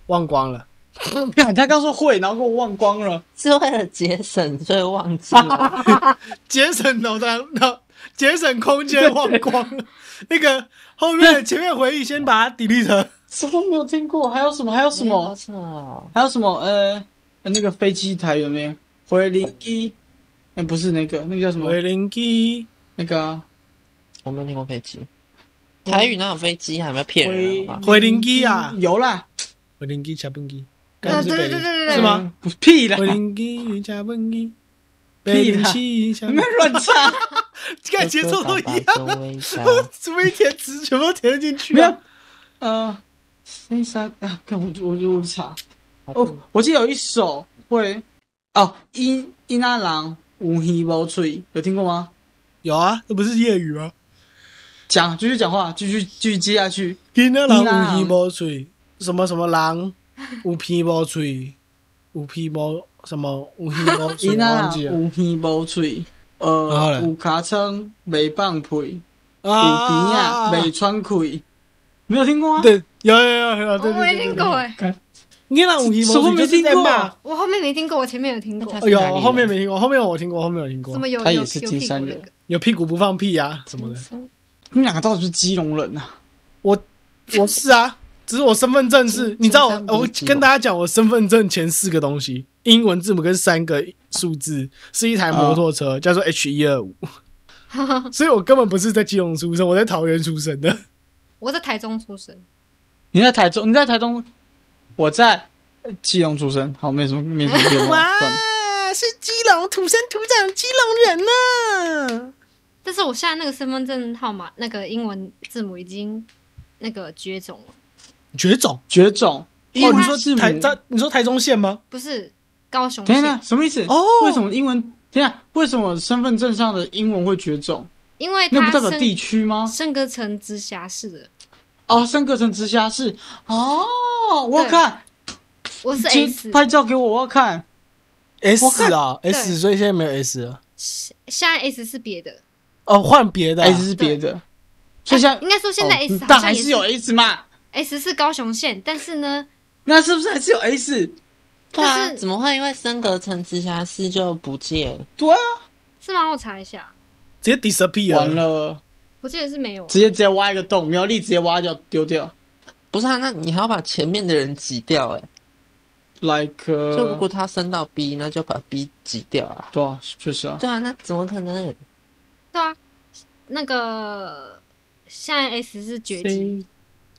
Speaker 1: 忘光了。嗯
Speaker 2: 看他刚说会，然后给我忘光了。
Speaker 4: 是为了节省，所以忘记 了。
Speaker 1: 节省脑袋，脑节省空间，忘光 了。那个后面的前面回忆，先把它 delete 了。
Speaker 2: 什么没有听过？还有什么？还有什
Speaker 1: 啊
Speaker 2: 么？
Speaker 4: 错哦，
Speaker 2: 还有什么？呃，那个飞机台有没有？回零一，哎，不是那个，那个叫什么？
Speaker 1: 回零机，
Speaker 2: 那个啊
Speaker 4: 我没有听过飞机。
Speaker 1: 嗯
Speaker 4: 台语哪有飞机？啊还没有骗人
Speaker 2: 回
Speaker 4: 好吧？
Speaker 1: 回零机啊
Speaker 2: 有啦，
Speaker 1: 回零机，加蹦 机，
Speaker 3: 呃，
Speaker 1: 干
Speaker 3: 对对对对对，
Speaker 1: 是吗？
Speaker 2: 不屁啦，
Speaker 1: 回
Speaker 2: 你
Speaker 1: 零机，加蹦 机，北
Speaker 2: 屁啦
Speaker 1: 零机，加蹦
Speaker 2: 们
Speaker 1: 机，
Speaker 2: 乱唱。
Speaker 1: 看节奏都一样，
Speaker 4: 样
Speaker 1: 除非填词全部填进去
Speaker 2: 没
Speaker 1: 啊
Speaker 2: 有。，呃，那啥啊，看我我我我查，哦
Speaker 4: 哦，，
Speaker 2: 我记得有一首会，哦，伊伊那郎无希无吹，有听过吗？
Speaker 1: 有啊，这不是粤语吗？
Speaker 2: 讲，继续讲话，继续继续接下去。
Speaker 1: 天啊，
Speaker 2: 天啊
Speaker 1: 狼有耳无嘴，什么什么 狼，有鼻无嘴，有鼻无什么，有鼻无
Speaker 2: 伊
Speaker 1: 嘴，我
Speaker 2: 那郎
Speaker 1: 忘记了。
Speaker 2: 无希无吹，
Speaker 1: 然后
Speaker 2: 呃，
Speaker 1: 嘞
Speaker 2: 有尻川袂放屁，有鼻啊袂喘气，没有听过吗？，
Speaker 1: 对，有有有有，对对
Speaker 3: 我没
Speaker 1: 对
Speaker 3: 听
Speaker 1: 对
Speaker 3: 过
Speaker 1: 对。
Speaker 3: 哎，
Speaker 1: 你那五皮毛
Speaker 2: 什么没
Speaker 1: 就是
Speaker 2: 听
Speaker 1: 在
Speaker 2: 过
Speaker 1: 骂？
Speaker 3: 我后面没听过，我前面有听过
Speaker 4: 那，他
Speaker 1: 哎呦，后面没听过，后面我听过，后面有听过
Speaker 3: 什，么有
Speaker 2: 他也
Speaker 3: 有
Speaker 2: 是
Speaker 3: 有
Speaker 2: 金
Speaker 3: 屁
Speaker 2: 山
Speaker 3: 股那
Speaker 2: 人
Speaker 3: 个，
Speaker 1: 有屁股不放屁啊什么的。
Speaker 2: 你们两个到底是不是基隆人啊？
Speaker 1: 我是啊，只是我身份证是，你知道
Speaker 4: 金山
Speaker 1: 我，
Speaker 4: 不
Speaker 1: 我
Speaker 4: 是鸡吗
Speaker 1: 跟大家讲，我身份证前四个东西，英文字母跟三个数字，是一台摩托车，叫做 H 一二五，所以我根本不是在基隆出生，我在桃园出生的。
Speaker 3: 我在台中出生，
Speaker 2: 你在台中，你在台中，我在呃基隆出生，好，没什么没什么变化，算了。，
Speaker 1: 呃是基隆土生土长的基隆啊人呢、
Speaker 3: 但是我现在那个身份证号码那个英文字母已经那个绝种了，
Speaker 1: 绝种。
Speaker 2: 绝种。
Speaker 1: 英
Speaker 2: 哦
Speaker 1: 文
Speaker 2: 你说字母
Speaker 1: 台在你说台中县吗？
Speaker 3: 不是高雄
Speaker 2: 天哪，
Speaker 3: 县，
Speaker 2: 什么意思？
Speaker 1: 哦
Speaker 2: 为什么英文？天哪，为什么身份证上的英文会绝种？
Speaker 3: 因为
Speaker 2: 那
Speaker 3: 它
Speaker 2: 不代表地
Speaker 3: 升
Speaker 2: 区吗？
Speaker 3: 升格成直辖市了，
Speaker 2: 哦，三个城直辖市。哦，我要
Speaker 3: 对
Speaker 2: 看，
Speaker 3: 我是
Speaker 2: 今
Speaker 3: S，
Speaker 2: 拍照给我，我要看。
Speaker 1: S
Speaker 2: 我看
Speaker 1: 啊
Speaker 3: 对
Speaker 1: ，S，所以现在没有 S 了。
Speaker 3: 现在 S 是别的，
Speaker 1: 哦，换别的啊、
Speaker 2: S 是别的，所以现在
Speaker 3: 应该说哎现在
Speaker 2: 哦
Speaker 3: S 好
Speaker 2: 但
Speaker 3: 像
Speaker 2: 还
Speaker 3: 也
Speaker 2: 是有 S 嘛？
Speaker 3: S 是高雄县，但是呢，
Speaker 2: 那是不是还是有 S？
Speaker 4: 对啊
Speaker 3: 就，是
Speaker 4: 怎么会因为升格成直辖市就不见？
Speaker 2: 对啊，
Speaker 3: 是吗？我查一下，
Speaker 1: 直接 disappear
Speaker 2: 完。了，
Speaker 3: 我记得是没有。
Speaker 2: 直接直接挖一个洞，苗栗直接挖掉丢掉。
Speaker 4: 不是啊，那你还要把前面的人挤掉哎、
Speaker 2: Like，
Speaker 1: 嗯
Speaker 4: 就如果
Speaker 2: 呃
Speaker 4: 他升到 B，那就把 B 挤掉啊。
Speaker 2: 对啊，确实啊。
Speaker 4: 对啊，那怎么可能？
Speaker 3: 对啊，那个现在 S 是绝迹，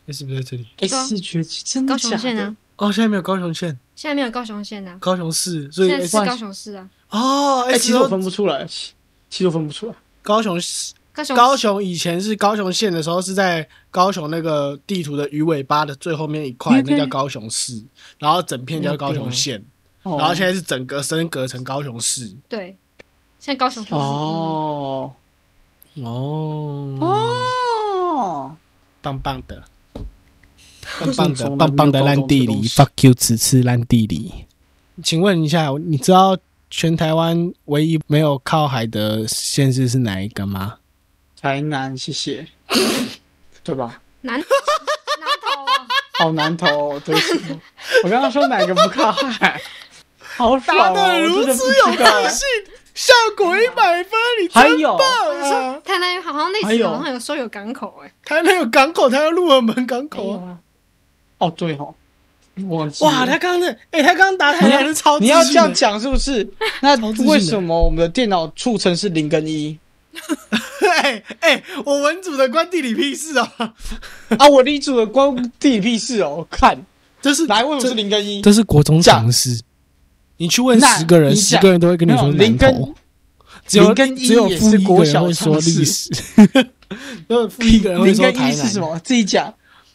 Speaker 2: C
Speaker 1: S 不在这里。
Speaker 2: S 崛起，真的
Speaker 3: 高
Speaker 2: 假
Speaker 3: 雄
Speaker 2: 的？
Speaker 3: 县啊，
Speaker 1: 哦，现在没有高雄县，
Speaker 3: 现在没有高雄县啊，
Speaker 1: 高雄市，所
Speaker 3: 现
Speaker 1: 以 S
Speaker 3: 在是高雄市啊，
Speaker 1: 哦
Speaker 2: 哎、
Speaker 1: ，S
Speaker 2: 其实我
Speaker 1: 都
Speaker 2: 分不出来，其其实我分不出来。
Speaker 1: 高雄市。
Speaker 3: 高雄
Speaker 1: 高雄以前是高雄县的时候，是在高雄那个地图的鱼尾巴的最后面一块，
Speaker 2: 嗯对
Speaker 1: 那叫高雄市，然后整片叫高雄县，
Speaker 2: 哦
Speaker 1: 然后现在是整个升格成高雄市。
Speaker 3: 对，现在高雄市
Speaker 2: 哦
Speaker 1: 哦，
Speaker 2: 哦，
Speaker 1: 棒棒的，
Speaker 2: 为
Speaker 1: 棒
Speaker 2: 什
Speaker 1: 棒的
Speaker 2: 么从来没，有
Speaker 1: 棒棒的烂地
Speaker 2: 搞懂
Speaker 1: 里
Speaker 2: 这个
Speaker 1: ，fuck you，此次烂地里。请问一下，你知道全台湾唯一没有靠海的县市是哪一个吗？
Speaker 2: 台南，谢谢，对吧？
Speaker 3: 南南投啊，
Speaker 2: 好难投、哦，对不起，我刚刚说哪个不靠海，好爽
Speaker 1: 答
Speaker 2: 哦！
Speaker 1: 得
Speaker 2: 我
Speaker 1: 如
Speaker 2: 真的
Speaker 1: 此
Speaker 2: 不
Speaker 1: 有
Speaker 2: 知道
Speaker 1: 自信，效果一百分，你
Speaker 2: 还
Speaker 1: 真
Speaker 2: 有
Speaker 1: 棒啊！
Speaker 3: 台南好像那
Speaker 2: 还
Speaker 3: 次
Speaker 2: 有
Speaker 3: 好像有说有港口哎，
Speaker 1: 台南有港口，台南鹿耳门港口啊。
Speaker 4: 啊，
Speaker 2: 哦，对哦，我忘记了
Speaker 1: 哇，他刚刚那，哎，他刚刚打台南是超自
Speaker 2: 你
Speaker 1: 信的
Speaker 2: 要这样讲是不是？那
Speaker 1: 超自信的
Speaker 2: 为什么我们的电脑促成是零跟一？
Speaker 1: 哎哎，我文组的关地理屁事啊！
Speaker 2: 啊，我立住了，关地理屁事哦！看，
Speaker 1: 这是
Speaker 2: 来，为什么
Speaker 1: 这
Speaker 2: 是零跟一？
Speaker 5: 这是国中常识。你去问
Speaker 2: 那
Speaker 5: 十个人，
Speaker 2: 你
Speaker 5: 十
Speaker 2: 讲
Speaker 5: 个人都会跟你
Speaker 2: 没有
Speaker 5: 说
Speaker 2: 零
Speaker 5: 南
Speaker 2: 跟
Speaker 5: 投，只有
Speaker 2: 零跟一
Speaker 5: 只有
Speaker 2: 也
Speaker 5: 负
Speaker 2: 是
Speaker 5: 一
Speaker 2: 国
Speaker 5: 个人
Speaker 2: 小
Speaker 5: 会说
Speaker 2: 常识
Speaker 5: 历史，
Speaker 1: 呃，负一个人会
Speaker 2: 零
Speaker 1: 说
Speaker 2: 跟
Speaker 1: 台
Speaker 2: 一是什
Speaker 1: 南，
Speaker 2: 么？自己讲，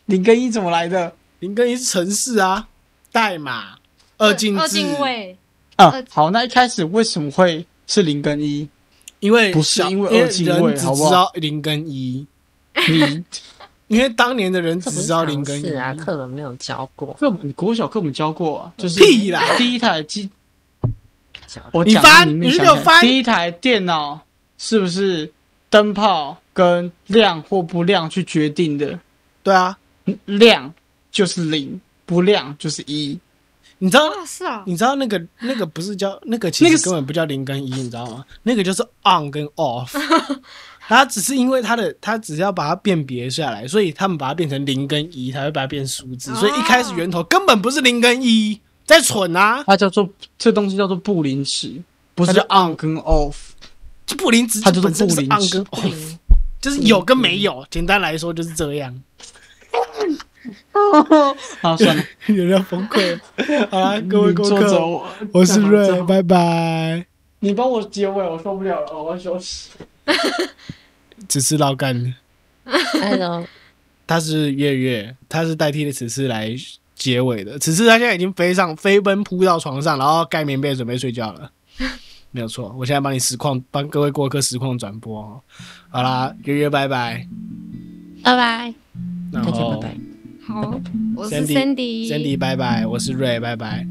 Speaker 2: 零跟一怎么来的？
Speaker 1: 零跟一是城市啊，代码二进
Speaker 3: 二
Speaker 1: 制，
Speaker 3: 进位，
Speaker 2: 啊
Speaker 3: 呃，
Speaker 2: 好，那一开始为什么会是零跟一？
Speaker 1: 因为
Speaker 2: 不是
Speaker 1: 小
Speaker 2: 因为二进位
Speaker 1: 人只
Speaker 2: 好不
Speaker 1: 知
Speaker 2: 好
Speaker 1: 道零跟一，
Speaker 2: 你
Speaker 1: 因为当年的人
Speaker 4: 这
Speaker 1: 只
Speaker 4: 不
Speaker 1: 知
Speaker 4: 是
Speaker 1: 道零
Speaker 4: 常
Speaker 1: 跟一
Speaker 4: 识啊，课本没有教过。
Speaker 2: 课本国小课本教过啊，就是
Speaker 1: 屁啦
Speaker 2: 第一台机，
Speaker 4: 教过
Speaker 2: 我
Speaker 1: 你
Speaker 2: 讲
Speaker 1: 翻
Speaker 2: 给们
Speaker 1: 你是
Speaker 2: 想
Speaker 1: 没有
Speaker 2: 想
Speaker 1: 翻
Speaker 2: 第一台电脑是不是灯泡跟亮或不亮去决定的？
Speaker 1: 对啊，
Speaker 2: 亮就是零，不亮就是一。
Speaker 1: 你知道
Speaker 3: 啊是啊，
Speaker 1: 你知道那个那个不是叫那个，其
Speaker 2: 那个
Speaker 1: 实
Speaker 2: 是
Speaker 1: 根本不叫零跟一，你知道吗？那个就是 on 跟 off，它只是因为它的它只是要把它辨别下来，所以他们把它变成零跟一，才会把它变数字。所以一开始源头根本不是零跟一，在蠢啊！
Speaker 2: 它叫做这东西叫做布林尺，不是
Speaker 1: 它叫
Speaker 2: on 跟 off。
Speaker 1: 就布林值
Speaker 2: 它就是
Speaker 1: 本身就是
Speaker 2: 布林
Speaker 1: on
Speaker 2: 值
Speaker 1: 跟 off，就是 有跟没有，简单来说就是这样。
Speaker 2: 好，算了，
Speaker 1: 有人要崩溃 了，好啦，各位
Speaker 2: 你
Speaker 1: 顾
Speaker 2: 坐着
Speaker 1: 客，
Speaker 2: 我，
Speaker 1: 我是
Speaker 2: 干嘛这
Speaker 1: 瑞，
Speaker 2: 么
Speaker 1: 拜拜。
Speaker 2: 你帮我结尾，我受不了了，我要休息。
Speaker 1: 只是老干。
Speaker 4: Hello，
Speaker 1: 他是月月，他是代替了此次来结尾的。此次他现在已经飞上飞奔扑到床上，然后盖棉被准备睡觉 了。没有错，我现在帮你实况，帮各位过客实况转播哦。好啦，月月拜拜，
Speaker 4: 拜拜，
Speaker 1: 然
Speaker 4: 大家拜
Speaker 1: 后
Speaker 4: 拜。
Speaker 3: 好，我是
Speaker 1: Sandy
Speaker 3: Sandy，
Speaker 1: Sandy 拜拜，我是瑞拜拜，